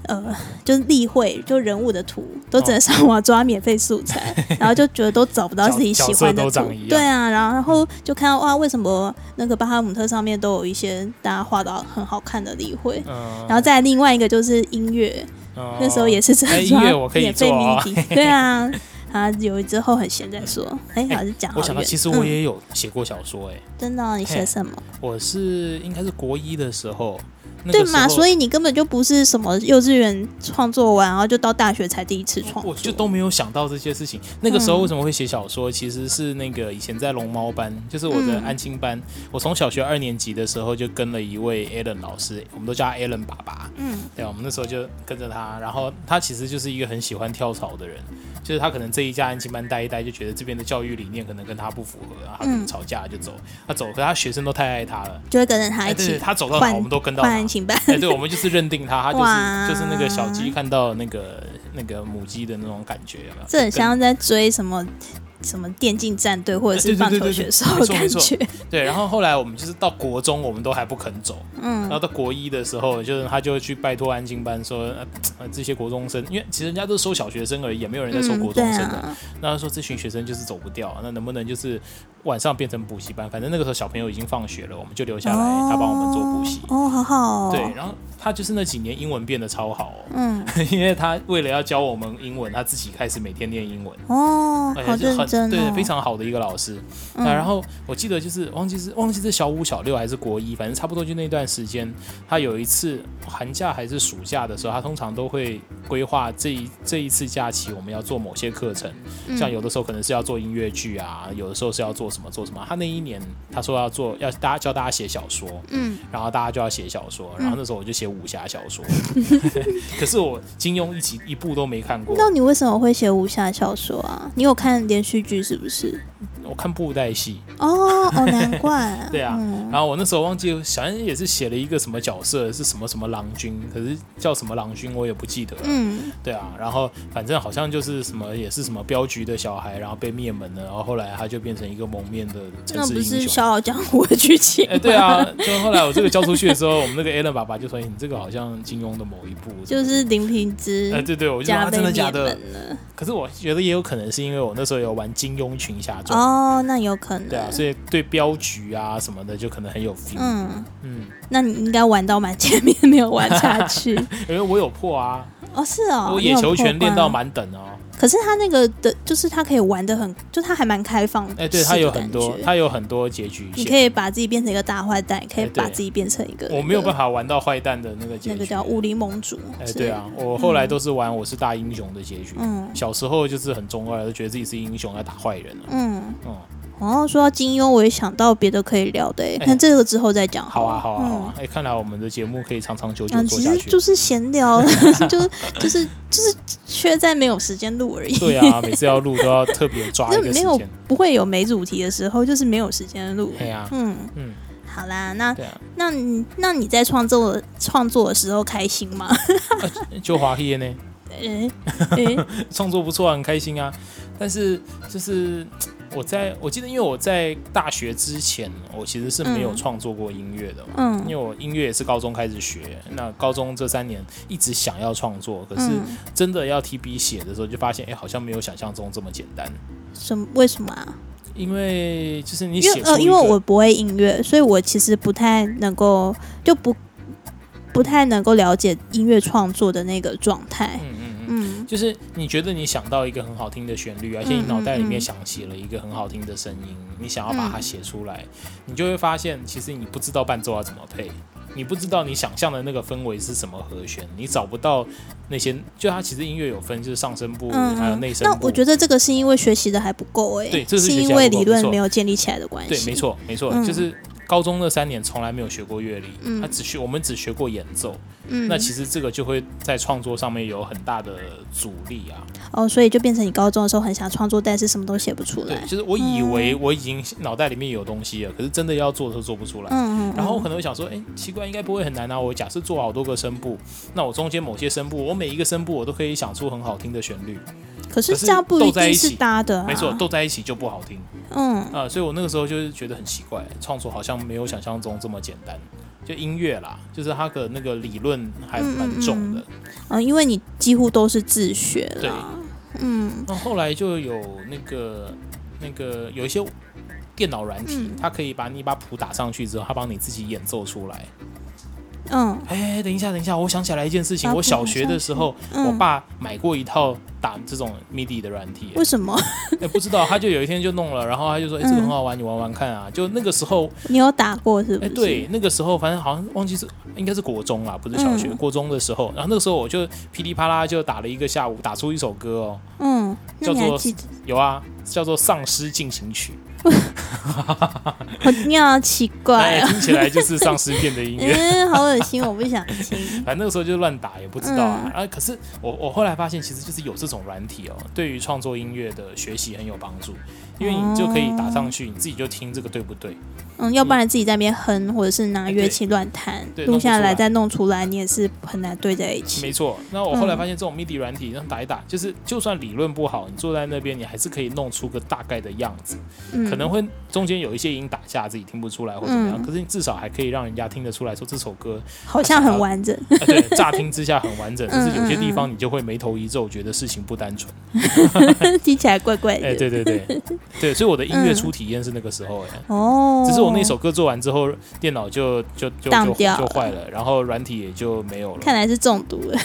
D: 呃，就是例会，就人物的图都只能上网抓免费素材， 然后就觉得都找不到自己喜欢的
C: 哦角角色都
D: 图
C: 长一。样
D: 对啊，然后就看到哇，为什么那个巴哈姆特上面都有一些大家画的很好看的例会？
C: 嗯，
D: 然后再另外一个就是音乐，
C: 嗯
D: 那时候也是只
C: 哎
D: 能
C: 音
D: 抓
C: 乐我可以
D: 免费
C: 做啊
D: MIDI，对啊。啊，有之后很闲再说。哎，好像是讲好
C: 我想到，
D: 远
C: 其实
D: 嗯
C: 我也有写过小说、哎、
D: 真的哦、你写
C: 嘿
D: 什么？
C: 我是应该是国一的时候，那
D: 对
C: 个时
D: 嘛？
C: 候
D: 所以你根本就不是什么幼稚园创作完，然后就到大学才第一次创
C: 我就
D: 作。
C: 都没有想到这些事情。那个时候为什么会写小说？其实是那个以前在龙猫班，就是我的
D: 嗯
C: 安亲班，我从小学二年级的时候就跟了一位 Alan 老师，我们都叫他 Alan 爸爸。
D: 嗯，
C: 对，我们那时候就跟着他，然后他其实就是一个很喜欢跳槽的人，就是他可能这一家安亲班待一待，就觉得这边的教育理念可能跟他不符合，然后他可
D: 嗯
C: 能吵架就走，他走，可他学生都太爱他了。
D: 就会跟着他
C: 哎，
D: 一
C: 对，对
D: 起
C: 他走到哪
D: 换
C: 我们都跟到
D: 换
C: 哪
D: 安。情班。
C: 哎，对，我们就是认定他，他
D: 哇
C: 就是就是那个小鸡看到那个那个母鸡的那种感觉，有没有？
D: 这很
C: 跟
D: 像在追什么什么电竞战队或者是
C: 对对
D: 棒
C: 哎对
D: 球
C: 对
D: 选
C: 对
D: 手
C: 没
D: 的
C: 错
D: 感
C: 没错
D: 觉。
C: 对，然后后来我们就是到国中，我们都还不肯走，然
D: 嗯
C: 后到国一的时候，就是他就去拜托安静班说、呃呃这些国中生，因为其实人家都收小学生而已，也没有人在收
D: 嗯，
C: 国
D: 对
C: 中生的。
D: 啊，
C: 那他说这群学生就是走不掉，那能不能就是晚上变成补习班？反正那个时候小朋友已经放学了，我们就留下来，他帮我们做补习。
D: 哦，哦好好哦。
C: 对，，然后他就是那几年英文变得超好、哦，
D: 嗯，
C: 因为他为了要教我们英文，他自己开始每天念英文。
D: 哦，
C: 而
D: 好
C: 且是哎
D: 认
C: 很
D: 真
C: 对
D: 哦，嗯
C: 非常好的一个老师。那、然后我记得就是忘记是忘记是小五小六还是国一，反正差不多就那段时间，他有一次寒假还是暑假的时候，他通常都会规划这一这一次假期我们要做某些课程，
D: 嗯
C: 像有的时候可能是要做音乐剧啊，有的时候是要做什么做什么。他那一年他说要做要大家教大家写小说，
D: 嗯，
C: 然后大家就要写小说，然后那时候我就写武侠小说， 可是我金庸一集一部都没看过，
D: 那你为什么会写武侠小说啊？你有看连续剧是 不是？
C: 我看布袋戏。。
D: 哦哦，难怪
C: 对啊
D: 嗯，
C: 然后我那时候忘记，小恩也是写了一个什么角色，是什么什么郎君，可是叫什么郎君我也不记得了。
D: 嗯，
C: 对啊，然后反正好像就是什么，也是什么镖局的小孩，然后被灭门了，然后后来他就变成一个蒙面的城
D: 那
C: 市
D: 不是
C: 英
D: 《
C: 雄。
D: 小老 江湖》的剧情？
C: 哎，对啊，就后来我这个交出去的时候，我们那个 Alan 爸爸就说：“哎你这个好像金庸的某一部。”
D: 就是林平之
C: 哎，对对，我就说
D: 加
C: 啊，
D: 倍
C: 真的假
D: 灭
C: 的？
D: 门了。
C: 可是我觉得也有可能是因为我那时候有玩《金庸群侠传》，
D: 哦，那有可能。
C: 对啊，所以对镖局啊什么的就可能很有 feel。
D: 嗯，
C: 嗯，
D: 那你应该玩到蛮前面， 没有玩下去。
C: 因为我有破啊，
D: 哦，是哦，
C: 我
D: 你
C: 野
D: 有
C: 球拳
D: 破关
C: 练
D: 啊
C: 到。满等哦，
D: 可是他那个的，就是他可以玩的很，就他还蛮开放式的。
C: 哎，对，它有很多，它有很多结局
D: 你
C: 线
D: 可以把自己变成一个大坏蛋，也可以
C: 哎对
D: 把自己变成一个
C: 我没有办
D: 法，
C: 法玩到坏蛋的那个结
D: 那
C: 局。
D: 个叫武林盟主。
C: 哎，
D: 之类
C: 对
D: 的
C: 啊，，我后来都是玩我是大英雄的结局。
D: 嗯
C: 小时候就是很中二，就觉得自己是英雄要打坏人了。
D: 嗯。
C: 嗯，
D: 然后说到金庸，我也想到别的可以聊的、欸，
C: 哎
D: 那、这个之后再讲
C: 好
D: 了
C: 啊，好啊，好啊
D: 嗯。
C: 哎，看来我们的节目可以长长久久
D: 嗯，
C: 做
D: 其
C: 下
D: 实
C: 去
D: 就。是 闲聊，就就是就是缺在没有时间录而已。
C: 对啊，每次要录都要特别抓一
D: 就
C: 个
D: 没
C: 时
D: 有
C: 间。
D: 不会有没主题的时候，就是没有时间录。
C: 哎呀，
D: 嗯，
C: 嗯，
D: 好啦，那
C: 对啊，
D: 那你那你在创作创作的时候开心吗？
C: 就华裔呢，
D: 诶诶，
C: 创作不错啊，很开心啊。但是就是我在我记得，因为我在大学之前，我其实是没有
D: 嗯
C: 创作过音乐的嘛。因
D: 嗯
C: 为我音乐也是高中开始学，那高中这三年一直想要创作，可是
D: 嗯，
C: 真的要提笔写的时候，就发现哎、诶好像没有想象中这么简单。
D: 什么为什么啊？
C: 因为就是你
D: 因
C: 写
D: 为
C: 出一
D: 呃，
C: 个
D: 因为我不会音乐，所以我其实不太能够就不不太能够了解音乐创作的那个状态。
C: 嗯嗯嗯，
D: 嗯
C: 就是你觉得你想到一个很好听的旋律，而且你脑袋里
D: 嗯
C: 面想起了一个很好听的声音，你想要把它写出来，
D: 嗯
C: 你就会发现其实你不知道伴奏要怎么配。你不知道你想象的那个氛围是什么和弦，你找不到那些，就它其实音乐有分，就是上声部、
D: 嗯，
C: 还有内声
D: 那
C: 部。
D: 我觉得这个是因为学习的还不够诶、
C: 对这是学习
D: 因
C: 还
D: 为
C: 不够
D: 理
C: 没
D: 论
C: 错
D: 没有建立起来的关系。
C: 对，没。错，没错，
D: 嗯
C: 就是高中那三年从来没有学过乐理，
D: 嗯
C: 他只学我们只学过演奏，
D: 嗯，
C: 那其实这个就会在创作上面有很大的阻力啊。
D: 哦，所以就变成你高中的时候很想创作，但是什么都写不出
C: 对
D: 来，。嗯
C: 就是我以为我已经脑袋里面有东西了，可是真的要做都做不出来。
D: 嗯嗯。
C: 然后我
D: 嗯
C: 可能会想说，哎，奇怪，应该不会很难啊。我假设做好多个声部，那我中间某些声部，我每一个声部我都可以想出很好听的旋律。
D: 可是
C: 可是
D: 这样不
C: 斗
D: 一
C: 在
D: 定
C: 一
D: 是
C: 起
D: 搭的、啊，
C: 没错，斗在一起就不好听
D: 嗯，
C: 啊、所以我那个时候就是觉得很奇怪，创作好像没有想象中这么简单。就音乐啦，就是它的那个理论还蛮重的。
D: 哦，因为你几乎都是自学
C: 对
D: 啦。嗯
C: 那后来就有那个那个有一些电脑软体，
D: 嗯
C: 它可以把你把谱打上去之后，它帮你自己演奏出来。
D: 嗯
C: 哎，等一下，等一下，我想起来一件事情，
D: 把谱
C: 我小学的时候，
D: 嗯，
C: 我爸买过一套打这种 MIDI 的软体，
D: 为什么
C: 哎，不知道，他就有一天就弄了，然后他就说，哎，这个很好玩，你玩玩看啊。就那个时候，
D: 你有打过是不
C: 哎，
D: 嗯是？
C: 对，，那个时候反正好像忘记是应该是国中啊啦，不是小学，
D: 嗯
C: 国中的时候，然后那个时候我就噼里啪啦就打了一个下午，打出一首歌哦，
D: 嗯，那
C: 叫
D: 你还
C: 做
D: 记得？
C: 有啊，叫做《丧尸进行曲》。
D: 好，哦你好奇怪
C: 哎，
D: 哦。
C: 听起来就是丧尸片的音 乐。
D: 嗯，好恶心，我不想听。
C: 反正那个时候就乱打，也不知道啊。
D: 嗯
C: 啊，可是我我后来发现，其实就是有这种软体哦，对于创作音乐的学习很有帮助，因为你就可以打上去，你自己就听这个对不对？
D: 嗯，要不然自己在那边哼，或者是拿乐器乱弹，
C: 哎对弄
D: 录
C: 不
D: 下
C: 出来
D: 来再弄出来，你也是很难对在一起。
C: 没错。那我后来发现，这种 MIDI 软体，然后打一打，就是就算理论不好，你坐在那边，你还是可以弄出个大概的样子。
D: 嗯
C: 可能会中间有一些音打架，自己听不出来或怎么样，
D: 嗯
C: 可是你至少还可以让人家听得出来说这首歌
D: 好像很完 整。
C: 啊， 对，乍听之下很完整，但是有些地
D: 嗯
C: 方你就会眉头一皱，觉得事情不单纯。
D: 听起来怪怪的。
C: 哎、对对对 对，所以我的音乐
D: 嗯
C: 初体验是那个时候、哎、
D: 哦，
C: 只是我那首歌做完之后，电脑就就就
D: 当
C: 就
D: 掉
C: 就坏了，然后软体也就没有了。
D: 看来是中毒了。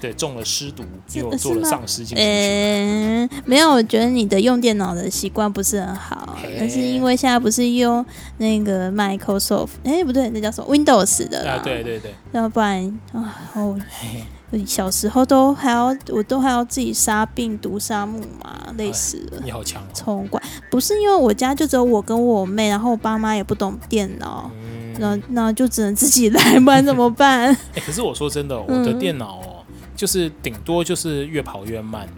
C: 对，中了尸毒，因为我
D: 是
C: 做了
D: 吗
C: 丧尸进行曲。
D: 嗯、没有，我觉得你的用电脑的习惯不是很好
C: 嘿，
D: 但是因为现在不是用那个 Microsoft，哎、不对，那叫什么 Windows 的啦，
C: 啊，对，对对，
D: 要不然啊，我我小时候都还要，我都还要自己杀病毒、杀木马，类似的。
C: 你好强哦！
D: 冲管不是因为我家就只有我跟我妹，然后我爸妈也不懂电脑，
C: 嗯，
D: 那那就只能自己来，不然怎 么办？
C: 哎可是我说真的，我
D: 嗯
C: 的电脑哦，就是顶多就是越跑越慢，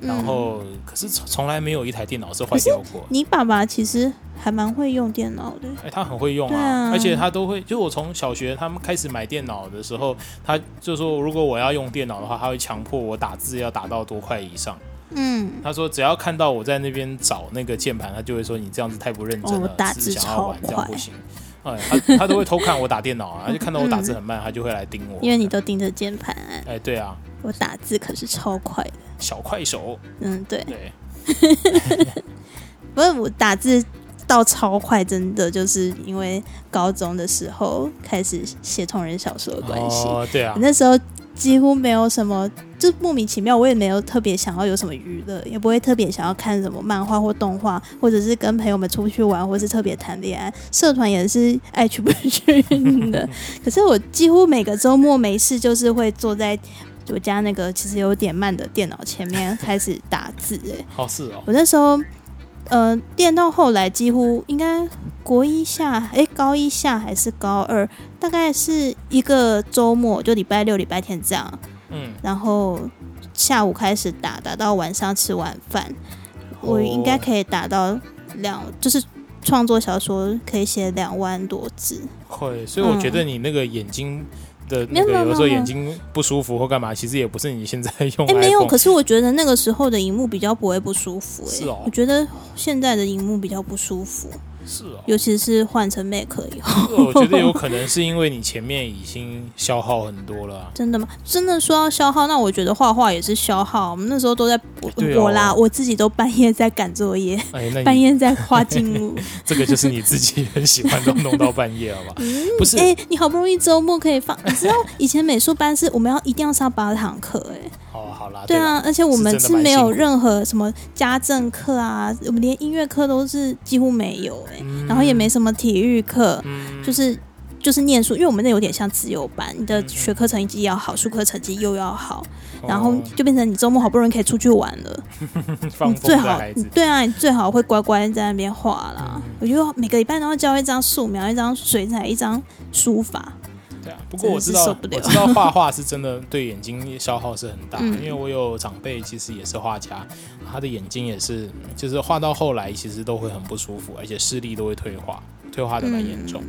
C: 然
D: 嗯、
C: 后可是从从来没有一台电脑是坏掉过。
D: 你爸爸其实还蛮会用电脑的，
C: 哎、他很会用
D: 对
C: 啊，
D: 啊
C: 而且他都会，就我从小学他们开始买电脑的时候，他就说如果我要用电脑的话，他会强迫我打字要打到多快以上。
D: 嗯。
C: 他说只要看到我在那边找那个键盘，他就会说你这样子太不认真
D: 哦我
C: 了，
D: 打
C: 只是
D: 字
C: 想要玩
D: 超
C: 这样
D: 快
C: 不行。哎，他他都会偷看我打电脑 啊，他就看到我打字很慢，他就会来盯我。
D: 嗯因为你都盯着键盘、啊，
C: 哎，对啊，
D: 我打字可是超快的。
C: 小快手，
D: 嗯，对，
C: 对，
D: 不是我打字到超快，真的就是因为高中的时候开始写同人小说的关系。
C: 哦，对啊，
D: 那时候几乎没有什么，就莫名其妙，我也没有特别想要有什么娱乐，也不会特别想要看什么漫画或动画，或者是跟朋友们出去玩，或是特别谈恋爱。社团也是爱去不 去的，可是我几乎每个周末没事就是会坐在我家那个其实有点慢的电脑前面开始打字、欸。
C: 好事哦，
D: 我那时候，呃，练到后来几乎应该国一下，诶，高一下还是高二，大概是一个周末，就礼拜六、礼拜天这样，
C: 嗯，
D: 然后下午开始打，打到晚上吃晚饭，我应该可以打到两，就是创作小说可以写两万多字。
C: 会，所以我觉得你那个眼睛的
D: 嗯
C: 那
D: 没有
C: 个
D: 没有
C: 有时候
D: 没有
C: 眼睛不舒服或干嘛，其实也不是你现在用
D: 哎、没有，
C: iPhone
D: 可是我觉得那个时候的荧幕比较不会不舒服、哎，
C: 是哦
D: 我觉得现在的荧幕比较不舒服，
C: 是 哦，
D: 尤其是换成 Mac 以后。
C: 这个哦我觉得有可能是因为你前面已经消耗很多了啊、
D: 真的吗？真的说到消耗，那我觉得画画也是消耗。我们那时候都在我、
C: 对哦
D: 我啦，我自己都半夜在赶作业，
C: 哎，那
D: 半
C: 你
D: 夜在画 静物。
C: 这个就是你自己很喜欢都弄到半夜，好 吧？不是，
D: 哎、你好不容易周末可以放，你知道以前美术班是我们要一定要上八堂课、哎，
C: 哦，好啦，
D: 对
C: 啦，
D: 啊，而且我们
C: 是
D: 是
C: 真的蛮
D: 没
C: 辛苦
D: 有任何什么家政课啊，我们连音乐课都是几乎没有、哎、
C: 嗯
D: 然后也没什么体育课，
C: 嗯，
D: 就是。就是念书，因为我们那有点像自由班，你的学科成绩要好，术科成绩又要好，然后
C: 哦
D: 就变成你周末好不容易可以出去玩了，
C: 放
D: 你最
C: 风的
D: 好
C: 孩子，
D: 对啊，你最好会乖乖在那边画啦。
C: 嗯
D: 我觉得每个礼拜都要交一张素描、一张水彩、一张书法。
C: 对啊，不过我知
D: 嗯真的
C: 道，
D: 是受不了
C: 我知道画画是真的对眼睛消耗是很大，
D: 嗯
C: 因为我有长辈其实也是画家，他的眼睛也是，就是画到后来其实都会很不舒服，而且视力都会退化，退化的蛮严重。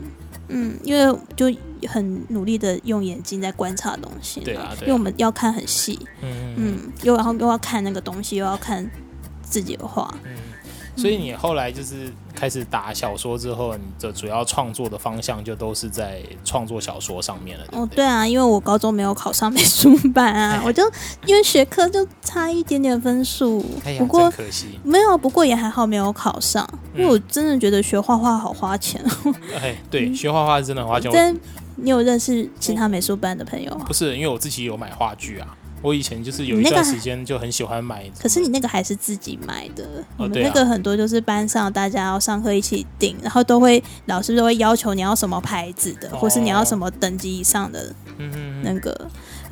D: 嗯，因为就很努力的用眼睛在观察东西嘛，
C: 对啊对啊
D: 因为我们要看很细，
C: 嗯嗯
D: 嗯，又然后又要看那个东西，又要看自己的画。
C: 嗯，所以你后来就是开始打小说之后，你的主要创作的方向就都是在创作小说上面了，对
D: 哦
C: 不，对？
D: 对啊，因为我高中没有考上美术班啊
C: 哎，
D: 我就因为学科就差一点点分数
C: 哎，呀，
D: 不过
C: 真可惜，
D: 没有，不过也还好没有考上，
C: 嗯
D: 因为我真的觉得学画画好花钱哦。
C: 哎，对，学画画是真的很花钱。我
D: 真，你有认识其他美术班的朋友吗？
C: 不是，因为我自己有买话剧啊，我以前就是有一
D: 你那个
C: 段
D: 还
C: 时间就很喜欢买。
D: 可是你那个还是自己买的，我们
C: 对啊
D: 那个很多就是班上大家要上课一起订，然后都会老师都会要求你要什么牌子的，
C: 哦
D: 或是你要什么等级以上的
C: 嗯嗯嗯
D: 那个。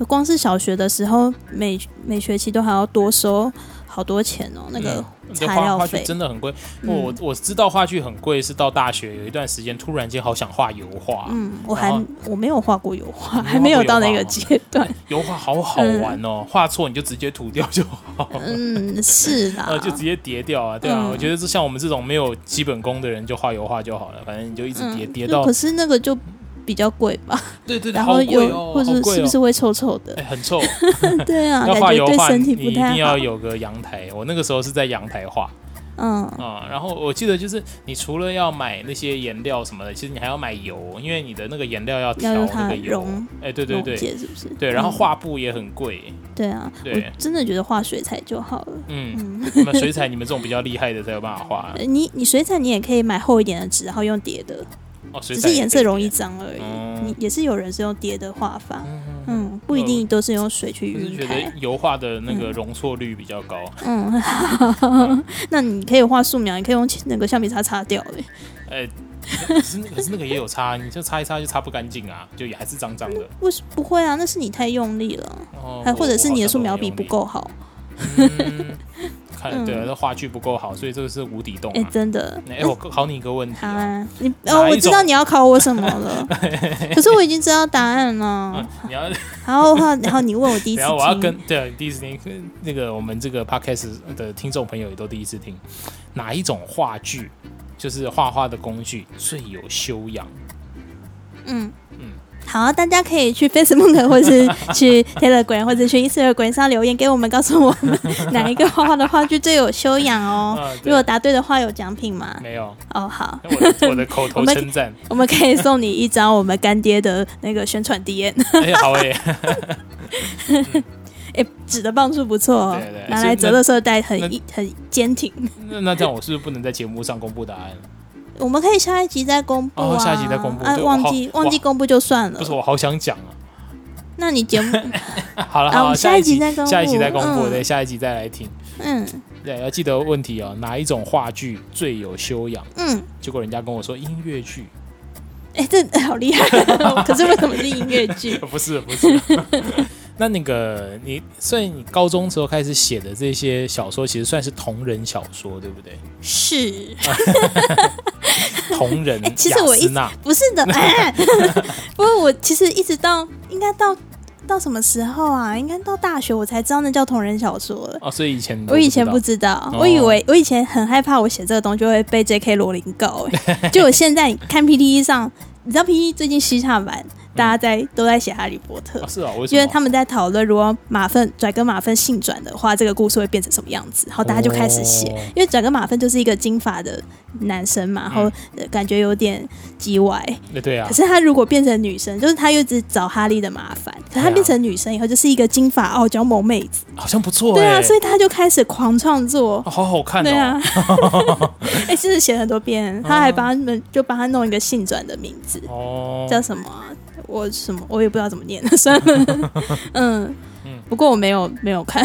D: 光是小学的时候，每每学期都还要多收好多钱哦，那个
C: 嗯
D: 材
C: 画
D: 料
C: 话剧
D: 费。
C: 真的很贵。
D: 嗯
C: 我我知道话剧很贵，是到大学有一段时间，突然间好想画油画，
D: 嗯，我
C: 然后
D: 还我没有画过油画，
C: 你没有画过
D: 还没有到那
C: 油画哦
D: 个阶段。
C: 油画好好玩哦，画错你就直接涂掉就好。
D: 嗯，是啦
C: 呃，， 就直接叠掉啊，对啊，
D: 嗯
C: 我觉得像我们这种没有基本功的人，就画油画就好了，反正你就一直叠
D: 嗯，
C: 叠
D: 那
C: 到
D: 可，是那个就比较贵吧。
C: 对对对，
D: 然
C: 好
D: 后
C: 贵
D: 又、
C: 哦，
D: 或者
C: 好贵
D: 是
C: 哦
D: 不，是会臭臭的
C: 哎，？很臭，
D: 对 啊，
C: 要
D: 感
C: 画
D: 觉
C: 油
D: 对
C: 画，
D: 身
C: 你
D: 体不
C: 一
D: 太
C: 定
D: 好
C: 要。有个阳台。我那个时候是在阳台画，
D: 嗯，
C: 啊、然后我记得就是你除了要买那些颜料什么的，其实你还要买油，因为你的那个颜料要调
D: 要用
C: 那
D: 它
C: 个油
D: 溶。
C: 哎，对对
D: 溶
C: 对
D: 解是不是？
C: 对，然后
D: 嗯
C: 画布也很贵。
D: 对啊，
C: 对
D: 我真的觉得画水彩就好了。
C: 嗯，
D: 嗯，
C: 那水彩你们这种比较厉害的才有办法画
D: 呃你你水彩你也可以买厚一点的纸，然后用叠的，
C: 哦，水
D: 只
C: 彩
D: 是颜色容易
C: 也可
D: 脏而已。
C: 嗯
D: 你也是有人是用叠的画法，
C: 以。嗯嗯
D: 嗯，不一定都是用水去
C: 嗯就是
D: 晕
C: 觉
D: 开
C: 得。油画的那个容错率比较高，
D: 嗯， 那你可以画素描，你可以用那个橡皮擦擦掉、欸。
C: 哎、可是可是那个也有擦，你就擦一擦就擦不干净啊，就也还是脏脏的。
D: 为什不会啊？那是你太用力了，
C: 哦
D: 还
C: 我
D: 啊或者是
C: 我好
D: 你的
C: 像
D: 素
C: 都
D: 描
C: 没
D: 笔
C: 用
D: 不
C: 力。
D: 够好。
C: 嗯、看，对啊，
D: 嗯
C: 这画剧不够好，所以这个是无底洞
D: 哎、
C: 啊。
D: 真的。
C: 哎、我考你一个 问题、
D: 好
C: 啊，
D: 啊，你
C: 哪
D: 哦，
C: 一
D: 我知道
C: 种
D: 你要考我什么 了，可是我已经知道答案了
C: 嗯。， 你 要，
D: 然后的话，然后你问我第一 次
C: 然后我要
D: 听
C: 跟对啊，第一次听那个我们这个 podcast 的听众朋友也都第一次听，哪一种话剧就是画画的工具最有修养？
D: 嗯
C: 嗯。
D: 好，大家可以去 Facebook 或是去 Telegram 或者去 Instagram 上留言给我们，告诉我们哪一个画画的话剧最有修养 哦。
C: 啊，
D: 如
C: 对
D: 果答对的话有奖品吗？
C: 没有，
D: 哦，好，
C: 我的我的口头
D: 我们
C: 称赞，
D: 我们可以送你一张我们干爹的那个宣传 DM，
C: 哎，好哎，
D: 哎，纸的棒数不错哦
C: 对对，
D: 拿
C: 所以那
D: 来折的时候带很
C: 那
D: 一很坚挺。
C: 那那这样我是不是不能在节目上公布答 案？
D: 我们可以下一集再公布啊，
C: 哦下一集再公布
D: 啊，
C: 对
D: 忘记
C: 我好
D: 忘记公布就算了。
C: 不是，我好想讲啊，
D: 那 你节目，
C: 好了
D: 啊
C: 好
D: 我
C: 了，
D: 们
C: 下
D: 下一集
C: 集
D: 再公
C: 下一集
D: 布
C: 再公布，
D: 嗯
C: 对，下一集再来听。
D: 嗯
C: 对，要记得问题哦，哪一种话剧最有修养？
D: 嗯，
C: 结果人家跟我说音乐剧，
D: 哎、这好 厉害！可是为什么是音乐剧？
C: 不是 不是。那那个你，所以你高中时候开始写的这些小说，其实算是同人小说，对不 对？
D: 是，
C: 同人
D: 哎其实我一
C: 雅斯啊娜
D: 不是的？哎 不过我其实一直到应该到到什么时候啊？应该到大学我才知道那叫同人小说了。
C: 哦，所以以前你都
D: 我以前
C: 知
D: 不
C: 道
D: 知道，
C: 哦
D: 我以为我以前很害怕，我写这个东西会被 J.K. 罗琳 告、哎就我现在你看 PTE 上，你知道 PTE 最近西洽版，大家在、都在写《哈利波特》
C: 哦是啊，为什
D: 因
C: 么
D: 为他们在讨论，如果马粪拽跟马粪性转的话，这个故事会变成什么样子，然后大家就开始写。
C: 哦
D: 因为拽跟马粪就是一个金发的男生嘛，
C: 嗯
D: 然后、呃感觉有点叽歪。
C: 对对啊
D: 可，是他如果变成女生，就是他又只找哈利的麻烦。可是他
C: 对啊
D: 变成女生以后，就是一个金发傲娇萌妹子。
C: 好像不错
D: 对啊，
C: 欸
D: 所以他就开始狂创作。
C: 哦好好看
D: 对
C: 哦嗯
D: 啊，， 哎、其实写了很多遍，他还帮他们就帮他弄一个性转的名字，
C: 哦，
D: 叫什么啊、我什么我也不知道怎么念， 算了。嗯
C: 嗯
D: 不过我没有没有看，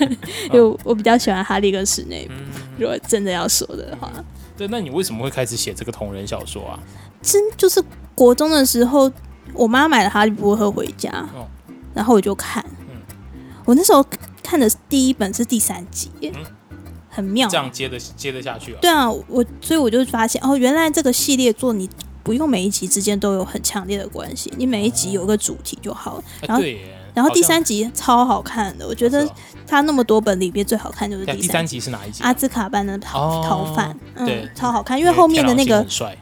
D: 因为我我比较喜欢哈利跟史
C: 嗯
D: 内普。如果真的要说的话，
C: 对，那你为什么会开始写这个同人小说啊？
D: 真就是国中的时候，我妈买了《哈利波特》回家，
C: 哦
D: 然后我就看。
C: 嗯嗯
D: 我那时候看的第一本是第三集，很妙
C: 这。样接得接得下去啊？
D: 对啊，我所以我就发现哦，原来这个系列作你不用每一集之间都有很强烈的关系，你每一集有个主题就好了。
C: 哎
D: 然后
C: 对耶，
D: 然后第
C: 好像
D: 三集超好看的，我觉
C: 是
D: 得
C: 哦
D: 它那么多本里边最好看就是
C: 哎
D: 第
C: 第
D: 三
C: 三
D: 集。
C: 集是哪一集啊？
D: 阿兹卡班的逃、
C: 哦
D: 逃犯，嗯
C: 对，
D: 超好看，因为后面的那
C: 天
D: 个
C: 狼星很，嗯帅，？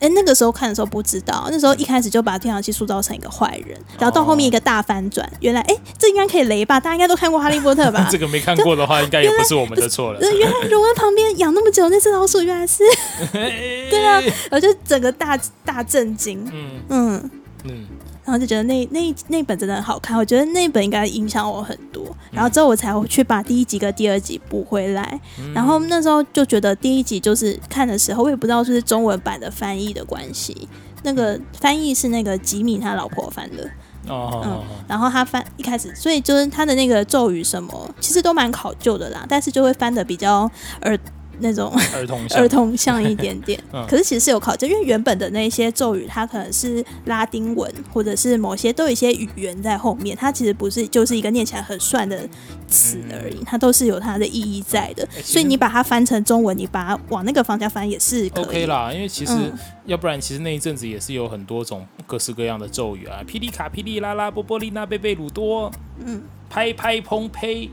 D: 哎、那个时候看的时候不知道，那时候一开始就把天狼星塑造成一个坏人，然后到后面一个大反转，原来哎、这应该可以雷吧？大家应该都看过《哈利波特》吧
C: 这个没看过的话，应该也不是我们的错了
D: 呃，。原来荣恩旁边养那么久那只老鼠，原来是， 对啊，我就整个大大震惊，
C: 嗯
D: 嗯，
C: 嗯，
D: 然后就觉得那那那本真的很好看，我觉得那本应该影响我很多。然后之后我才去把第一集跟第二集补回来。
C: 嗯
D: 然后那时候就觉得第一集就是看的时候，我也不知道是不是中文版的翻译的关系，那个翻译是那个吉米他老婆翻的，
C: 哦，
D: 然后他翻一开始，所以就是他的那个咒语什么，其实都蛮考究的啦，但是就会翻的比较儿那种
C: 儿童像
D: 嗯儿童像一点点
C: 嗯，
D: 可是其实是有考证，因为原本的那些咒语，它可能是拉丁文或者是某些都有一些语言在后面，它其实不是就是一个念起来很顺的词而已，它都是有它的意义在的。
C: 嗯哎其实
D: 所以你把它翻成中文，你把它往那个方向翻也是可以。
C: OK 啦，因为其实、
D: 嗯
C: 要不然其实那一阵子也是有很多种各式各样的咒语啊，霹雳卡、霹雳拉拉、波波利娜、贝贝鲁多，
D: 嗯，
C: 拍拍砰呸，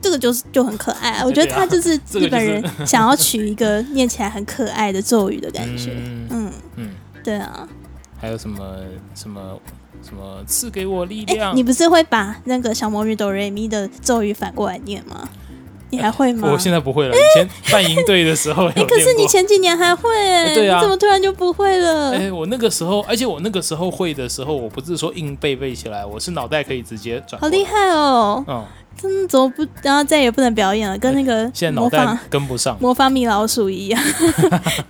D: 这个就是就很可 爱啊，我觉得
C: 对啊
D: 它就是
C: 这个就
D: 日
C: 是
D: 本人想要取一个念起来很可爱的咒语的感觉。
C: 嗯
D: 嗯，
C: 嗯，
D: 对啊，
C: 还有什么什么什么赐给我力
D: 哎、
C: 量，
D: 你不是会把那个小魔女哆瑞咪的咒语反过来念吗？你还会吗？
C: 哦我现在不会了，以前办营队的时候有
D: 哎、
C: 练过。
D: 可是你前几年还会、欸
C: 对啊
D: 你怎么突然就不会了？
C: 哎、我那个时候，而且我那个时候会的时候，我不是说硬背背起来，我是脑袋可以直接转。
D: 好厉！害哦！
C: 嗯，
D: 真的怎么不，然后再也不能表演了，跟那个
C: 哎现在脑
D: 模
C: 袋
D: 仿
C: 跟不上。
D: 模仿米老鼠一样，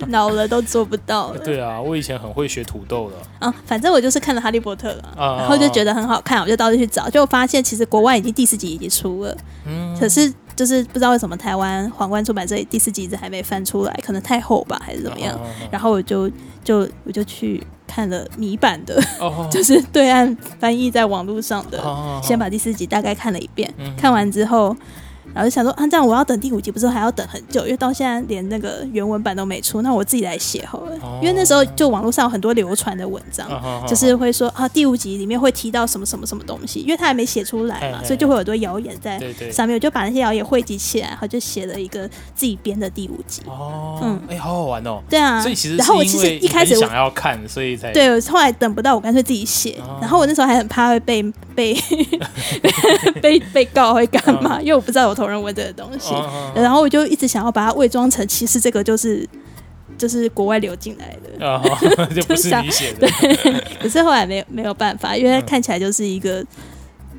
D: 老了都做不到了。
C: 对啊，我以前很会学土豆的。
D: 啊，反正我就是看了《哈利波特》了，
C: 啊
D: 然后就觉得很好看，我就到处去找，就发现其实国外已经第四集已经出了，
C: 嗯，
D: 可是就是不知道为什么台湾皇冠出版社第四集一直还没翻出来，可能太厚吧，还是怎么样。
C: 哦
D: 然后我就就我就去看了米版的，
C: 哦，
D: 就是对岸翻译在网络上的，
C: 哦
D: 先把第四集大概看了一遍，
C: 嗯
D: 看完之后，然后就想说，啊，这样我要等第五集，不是还要等很久？因为到现在连那个原文版都没出，那我自己来写好了。
C: 哦
D: 因为那时候就网络上有很多流传的文章，
C: 哦
D: 就是会说啊，第五集里面会提到什么什么什么东西，因为它还没写出来
C: 嘿
D: 嘛，
C: 嘿
D: 所以就会有很多谣言在
C: 对对
D: 上面。我就把那些谣言汇集起来，然后就写了一个自己编的第五集。
C: 哦，哎、
D: 嗯
C: 好好玩哦。
D: 对啊，
C: 所以其实
D: 然后我
C: 是
D: 其
C: 因
D: 实
C: 为
D: 一开始
C: 你
D: 我
C: 很想要看，所以才
D: 对，我后来等不到，我干脆自己写。
C: 哦
D: 然后我那时候还很怕会被 被被被告会干嘛，因为我不知道有同人文这个东西。
C: 哦
D: 然后我就一直想要把它伪装成，其实这个就是就是国外流进来 的。
C: 啊， 就不是你写的。嗯
D: 可是后来没有没有办法，因为它看起来就是一个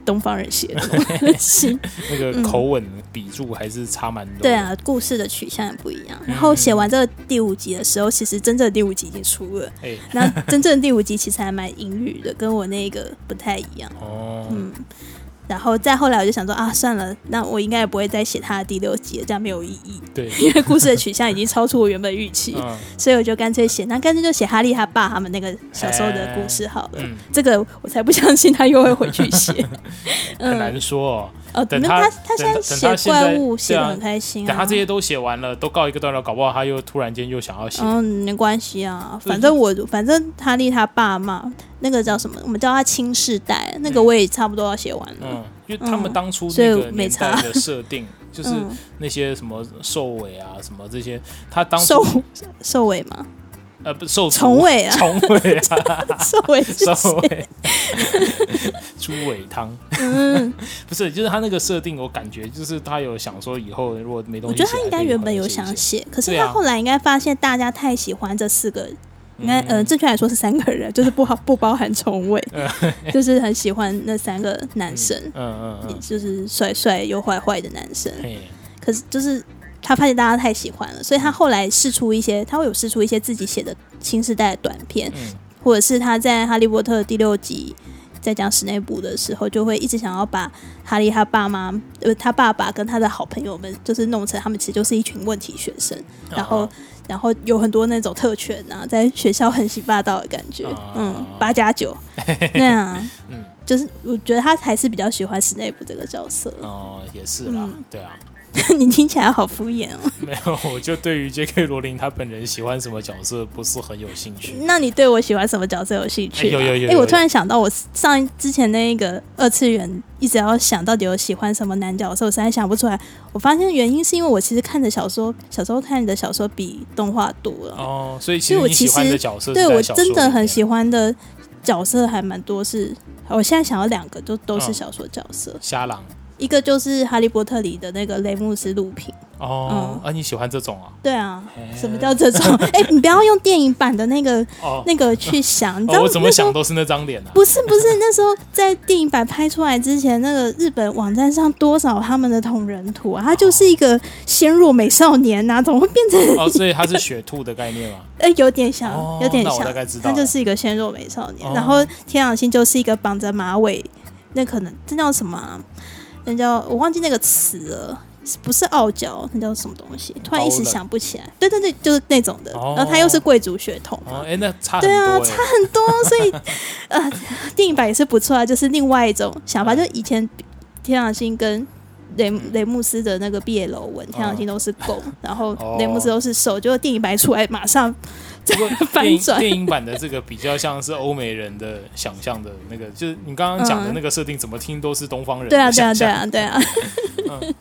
D: 东方人写的 东西。
C: 那个口吻笔注还是差蛮多。
D: 嗯对，啊，故事的取向也不一样。
C: 嗯
D: 然后写完这个第五集的时候，其实真正的第五集已经出了。
C: 哎，
D: 那真正的第五集其实还蛮阴郁的，跟我那个不太一样。
C: 哦，
D: 嗯，然后再后来我就想说啊，算了，那我应该也不会再写他的第六集了，这样没有意义，
C: 对，
D: 因为故事的取向已经超出我原本预期，
C: 嗯
D: 所以我就干脆写，那干脆就写哈利他爸他们那个小时候的故事好了。
C: 嗯，
D: 这个我才不相信他又会回去写，
C: 很
D: 嗯，
C: 难说哦。
D: 哦，
C: 等
D: 那
C: 他
D: 他他
C: 等
D: 现
C: 等他
D: 在写
C: 现在
D: 怪物写
C: 对
D: 的
C: 啊
D: 很开心
C: 等
D: 啊
C: 他这，些都写完了，都告一个段落，搞不好他又突然间又想要写。
D: 嗯，没关系啊，反正我反正哈利他爸嘛，那个叫什么，我们叫他亲世代，那个我也差不多要写完了
C: 嗯，，因为他们当初
D: 所以
C: 那个
D: 没
C: 年
D: 差
C: 代的设 定，就是
D: 嗯，
C: 那些什么兽尾啊，什么这些，他当初
D: 兽兽尾嘛，
C: 呃不兽
D: 虫
C: 尾
D: 尾啊，
C: 虫尾 啊，
D: 兽尾是
C: 兽
D: 谁？
C: 尾， 猪尾汤
D: 嗯，
C: 不是，就是他那个设定，我感觉就是他有想说以后如果没东
D: 我
C: 西
D: 觉
C: 写，
D: 得他应该原本有想
C: 还可以写
D: 写，可是
C: 对
D: 他
C: 啊
D: 后来应该发现大家太喜欢这四个，应该
C: 嗯
D: 呃正确来说是三个人，就是不好不包含重尾，就是很喜欢那三个男生，
C: 一些，嗯嗯
D: 也
C: 嗯，
D: 就是帅帅又坏坏的男生。
C: 嘿，
D: 可是就是他发现大家太喜欢了，所以他后来试出一些，他会有试出一些自己写的新时代的短片，
C: 嗯
D: 或者是他在《哈利波特》第六集在讲史内普的时候，就会一直想要把哈利他爸妈，呃，他爸爸跟他的好朋友们，就是弄成他们其实就是一群问题学生，
C: 哦
D: 然后。然后有很多那种特权啊，在学校横行霸道的感觉，
C: 啊
D: 嗯，八加九那样啊、
C: 嗯
D: 就是我觉得他还是比较喜欢史内普这个角色。
C: 哦，也是啦
D: 嗯，
C: 对啊，
D: 你听起来好敷衍哦。
C: 没有，我就对于 J.K. 罗琳他本人喜欢什么角色不是很有兴趣。
D: 那你对我喜欢什么角色有兴趣、啊？
C: 哎有有有有
D: 哎、我
C: 有
D: 突然想到，我上一之前那个二次元一直要想到底有喜欢什么男角色，我实在想不出来。我发现原因是因为我其实看的小说，小时候看的小说比动画多了。
C: 哦，所以其
D: 所以
C: 实
D: 我
C: 你
D: 其
C: 喜欢
D: 实
C: 的角色是
D: 对
C: 在
D: 我
C: 小
D: 真
C: 说
D: 的
C: 里
D: 很
C: 面
D: 喜欢的角色还蛮多是，我现在想要两个就都是
C: 嗯
D: 小说角色，
C: 瞎狼
D: 一个就是《哈利波特》里的那个雷姆斯·路平。
C: 哦，啊，你喜欢这种啊？
D: 对啊，
C: 哎
D: 什么叫这种？ 哎、你不要用电影版的那个
C: 哦，
D: 那个去想，你知道、
C: 哦，我怎么
D: 那时候
C: 想都是那张脸 啊。
D: 不是不是，那时候在电影版拍出来之前，那个日本网站上多少他们的同人图
C: 哦
D: 啊，他就是一个纤弱美少年呐、怎么会变成？
C: 哦，所以他是雪兔的概念嘛？
D: 呃，有点像，
C: 哦
D: 有点
C: 那我
D: 像
C: 大概知，道
D: 他
C: 了
D: 就是一个纤弱美少年。
C: 哦
D: 然后天朗星就是一个绑着马尾，那可能这叫什么、啊？那叫我忘记那个词了。是不是傲娇，那叫什么东西？突然一时
C: 高冷
D: 想不起来。对对对，就是那种的。
C: 哦
D: 然后他又是贵族血统嘛
C: 哦，，哎，那差很
D: 对啊，
C: 多
D: 差
C: 哎。
D: 很多，所以呃，电影版也是不错啊，就是另外一种想法。就以前天狼星跟雷雷姆斯的那个毕业楼文，天狼星都是 狗，然后
C: 哦
D: 雷姆斯都是手，结果电影版一出来马上
C: 不过
D: 反
C: 电影
D: 转
C: 电影版的这个比较像是欧美人的想象的那个，就是你刚刚讲的
D: 嗯
C: 那个设定，怎么听都是东方人
D: 对
C: 的
D: 啊，对啊，
C: 想
D: 对
C: 象。
D: 啊，对啊。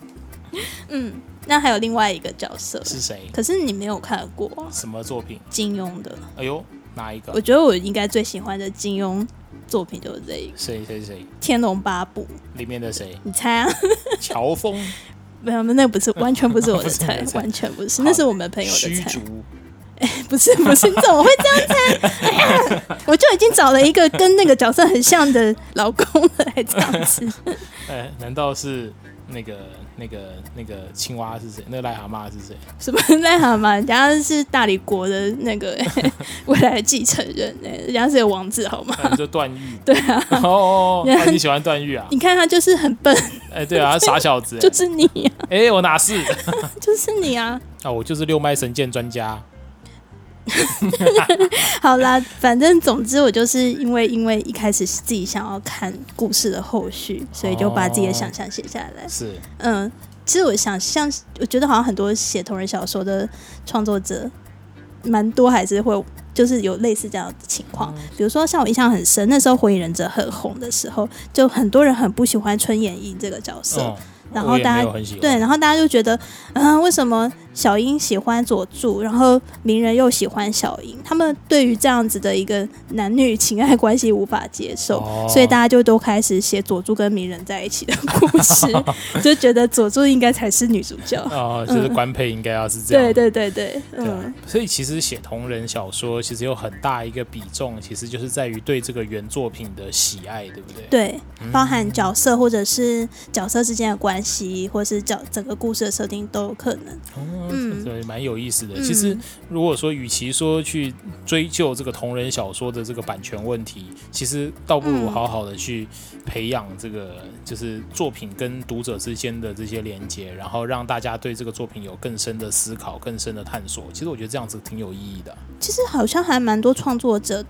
D: 嗯，那还有另外一个角色，
C: 是谁？
D: 可是你没有看过
C: 什么作品？
D: 金庸的，
C: 哎呦，哪一个
D: 我？觉得我应该最喜欢的金庸作品就是这一个《
C: 谁谁谁？
D: 天龙八部》，
C: 里面的谁？
D: 你猜啊？
C: 乔峰、
D: 没有，那不是完全不是 我的
C: 不是你的
D: 菜，
C: 菜
D: 完全不是，
C: 好
D: 那是我们朋友的
C: 虚
D: 菜。
C: 竹，
D: 不是不是，你怎么会这样猜？哎呀我就已经找了一个跟那个角色很像的老公了，还这样子。
C: 哎，难道是那个那个那个青蛙是谁？那个癞蛤蟆是谁？
D: 什么癞蛤蟆？人家是大理国的那个 未来的继承人、哎，人家是个王子好吗？
C: 啊你说段 誉？对啊。哦，哦你喜欢段誉啊？
D: 你看他就是很笨，
C: 哎，对 啊，他傻小子。
D: 就是你啊，
C: 哎，我哪是？
D: 就是你啊。
C: 啊，我就是六脉神剑专家。
D: 好啦，反正总之我就是因为因为一开始是自己想要看故事的后续，所以就把自己的想象写下来。
C: 是，
D: 嗯，其实我想像，我觉得好像很多写同人小说的创作者，蛮多还是会就是有类似这样的情况。比如说，像我印象很深，那时候《火影忍者》很红的时候，就很多人很不喜欢春眼樱这个角色，
C: 嗯，
D: 然
C: 我
D: 后
C: 也
D: 大
C: 没
D: 家
C: 有很喜欢。
D: 对，然后大家就觉得，嗯、为什么小樱喜欢佐助，然后鸣人又喜欢小樱，他们对于这样子的一个男女情爱关系无法接受，
C: 哦
D: 所以大家就都开始写佐助跟鸣人在一起的故 事，就觉得佐助应该才是女主角。
C: 啊、就是官配应该要是这样。
D: 嗯对对对对，
C: 对啊
D: 嗯，，
C: 所以其实写同人小说，其实有很大一个比重，其实就是在于对这个原作品的喜爱，对不对？嗯
D: 对，包含角色或者是角色之间的关系，或是角整个故事的设定都有可能。
C: 嗯，
D: 嗯
C: 对，蛮有意思的。
D: 嗯
C: 其实，如果说与其说去追究这个同人小说的这个版权问题，其实倒不如
D: 嗯
C: 好好的去培养这个就是作品跟读者之间的这些连接，然后让大家对这个作品有更深的思考、更深的探索。其实我觉得这样子挺有意义的。
D: 其实好像还蛮多创作者，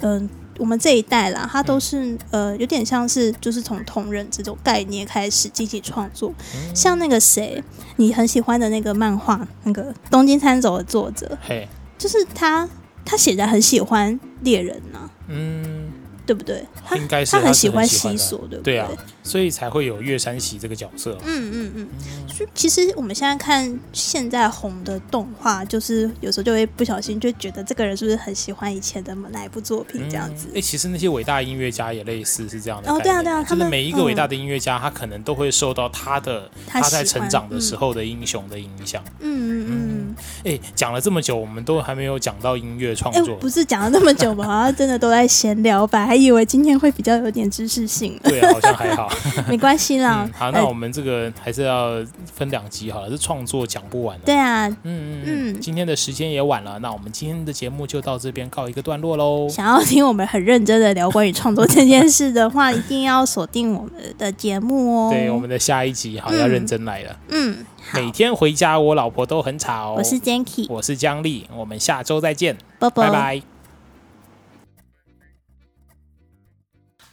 D: 嗯、我们这一代
C: 嗯
D: 啦，他都是呃，有点像是就是从同人这种概念开始进行创作。
C: 嗯
D: 像那个谁，你很喜欢的那个漫画，那个《东京参走》的作者，
C: 嘿，
D: 就是他，他显然很喜欢猎人呐、
C: 嗯，
D: 对不对？他
C: 应该是
D: 他
C: 他
D: 很
C: 是
D: 喜欢
C: 喜欢
D: 西
C: 的
D: 索，对不
C: 对啊，所以才会有月山喜这个角色嘛。
D: 嗯嗯嗯，所以其实我们现在看现在红的动画，就是有时候就会不小心就觉得这个人是不是很喜欢以前的哪一部作品这样子
C: 哎、。诶其实那些伟大音乐家也类似是这样的
D: 哦
C: 概念
D: 对啊对啊
C: 就
D: 他
C: 是
D: 们
C: 每一个伟大的音乐家，他可能都会受到他的
D: 他
C: 在
D: 喜欢
C: 成长的时
D: 嗯
C: 候的英雄的影响。
D: 嗯嗯嗯。
C: 哎、讲了这么久，我们都还没有讲到音乐创
D: 哎、
C: 作。，
D: 不是讲了那么久，我们好像真的都在闲聊吧？还以为今天会比较有点知识性
C: 对啊，好像还 好。
D: 没关系啦。
C: 嗯，好，
D: 呃
C: 那我们这个还是要分两集好了，这创作讲不完的。
D: 对啊，
C: 嗯嗯嗯，今天的时间也晚了，那我们今天的节目就到这边告一个段落喽。
D: 想要听我们很认真的聊关于创作这件事的话，一定要锁定我们的节目哦。
C: 对，我们的下一集好要认真来了。
D: 嗯，好，
C: 每天回家，我老婆都很吵。
D: 我是 Janky，
C: 我是姜丽，我们下周再见，
D: 波波，
C: 拜拜。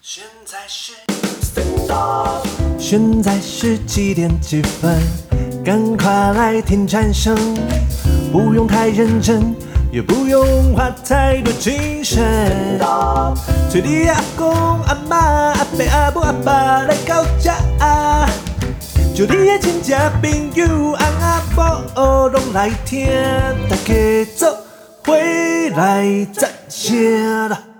B: 现在是 Stand Up，现在是几点几分？赶快来听蝉声，不用太认真，也不用花太多精神。催你阿公阿妈阿伯阿母阿爸来到家，就你的亲戚朋友阿阿婆拢来听，大家做回来赞声啦。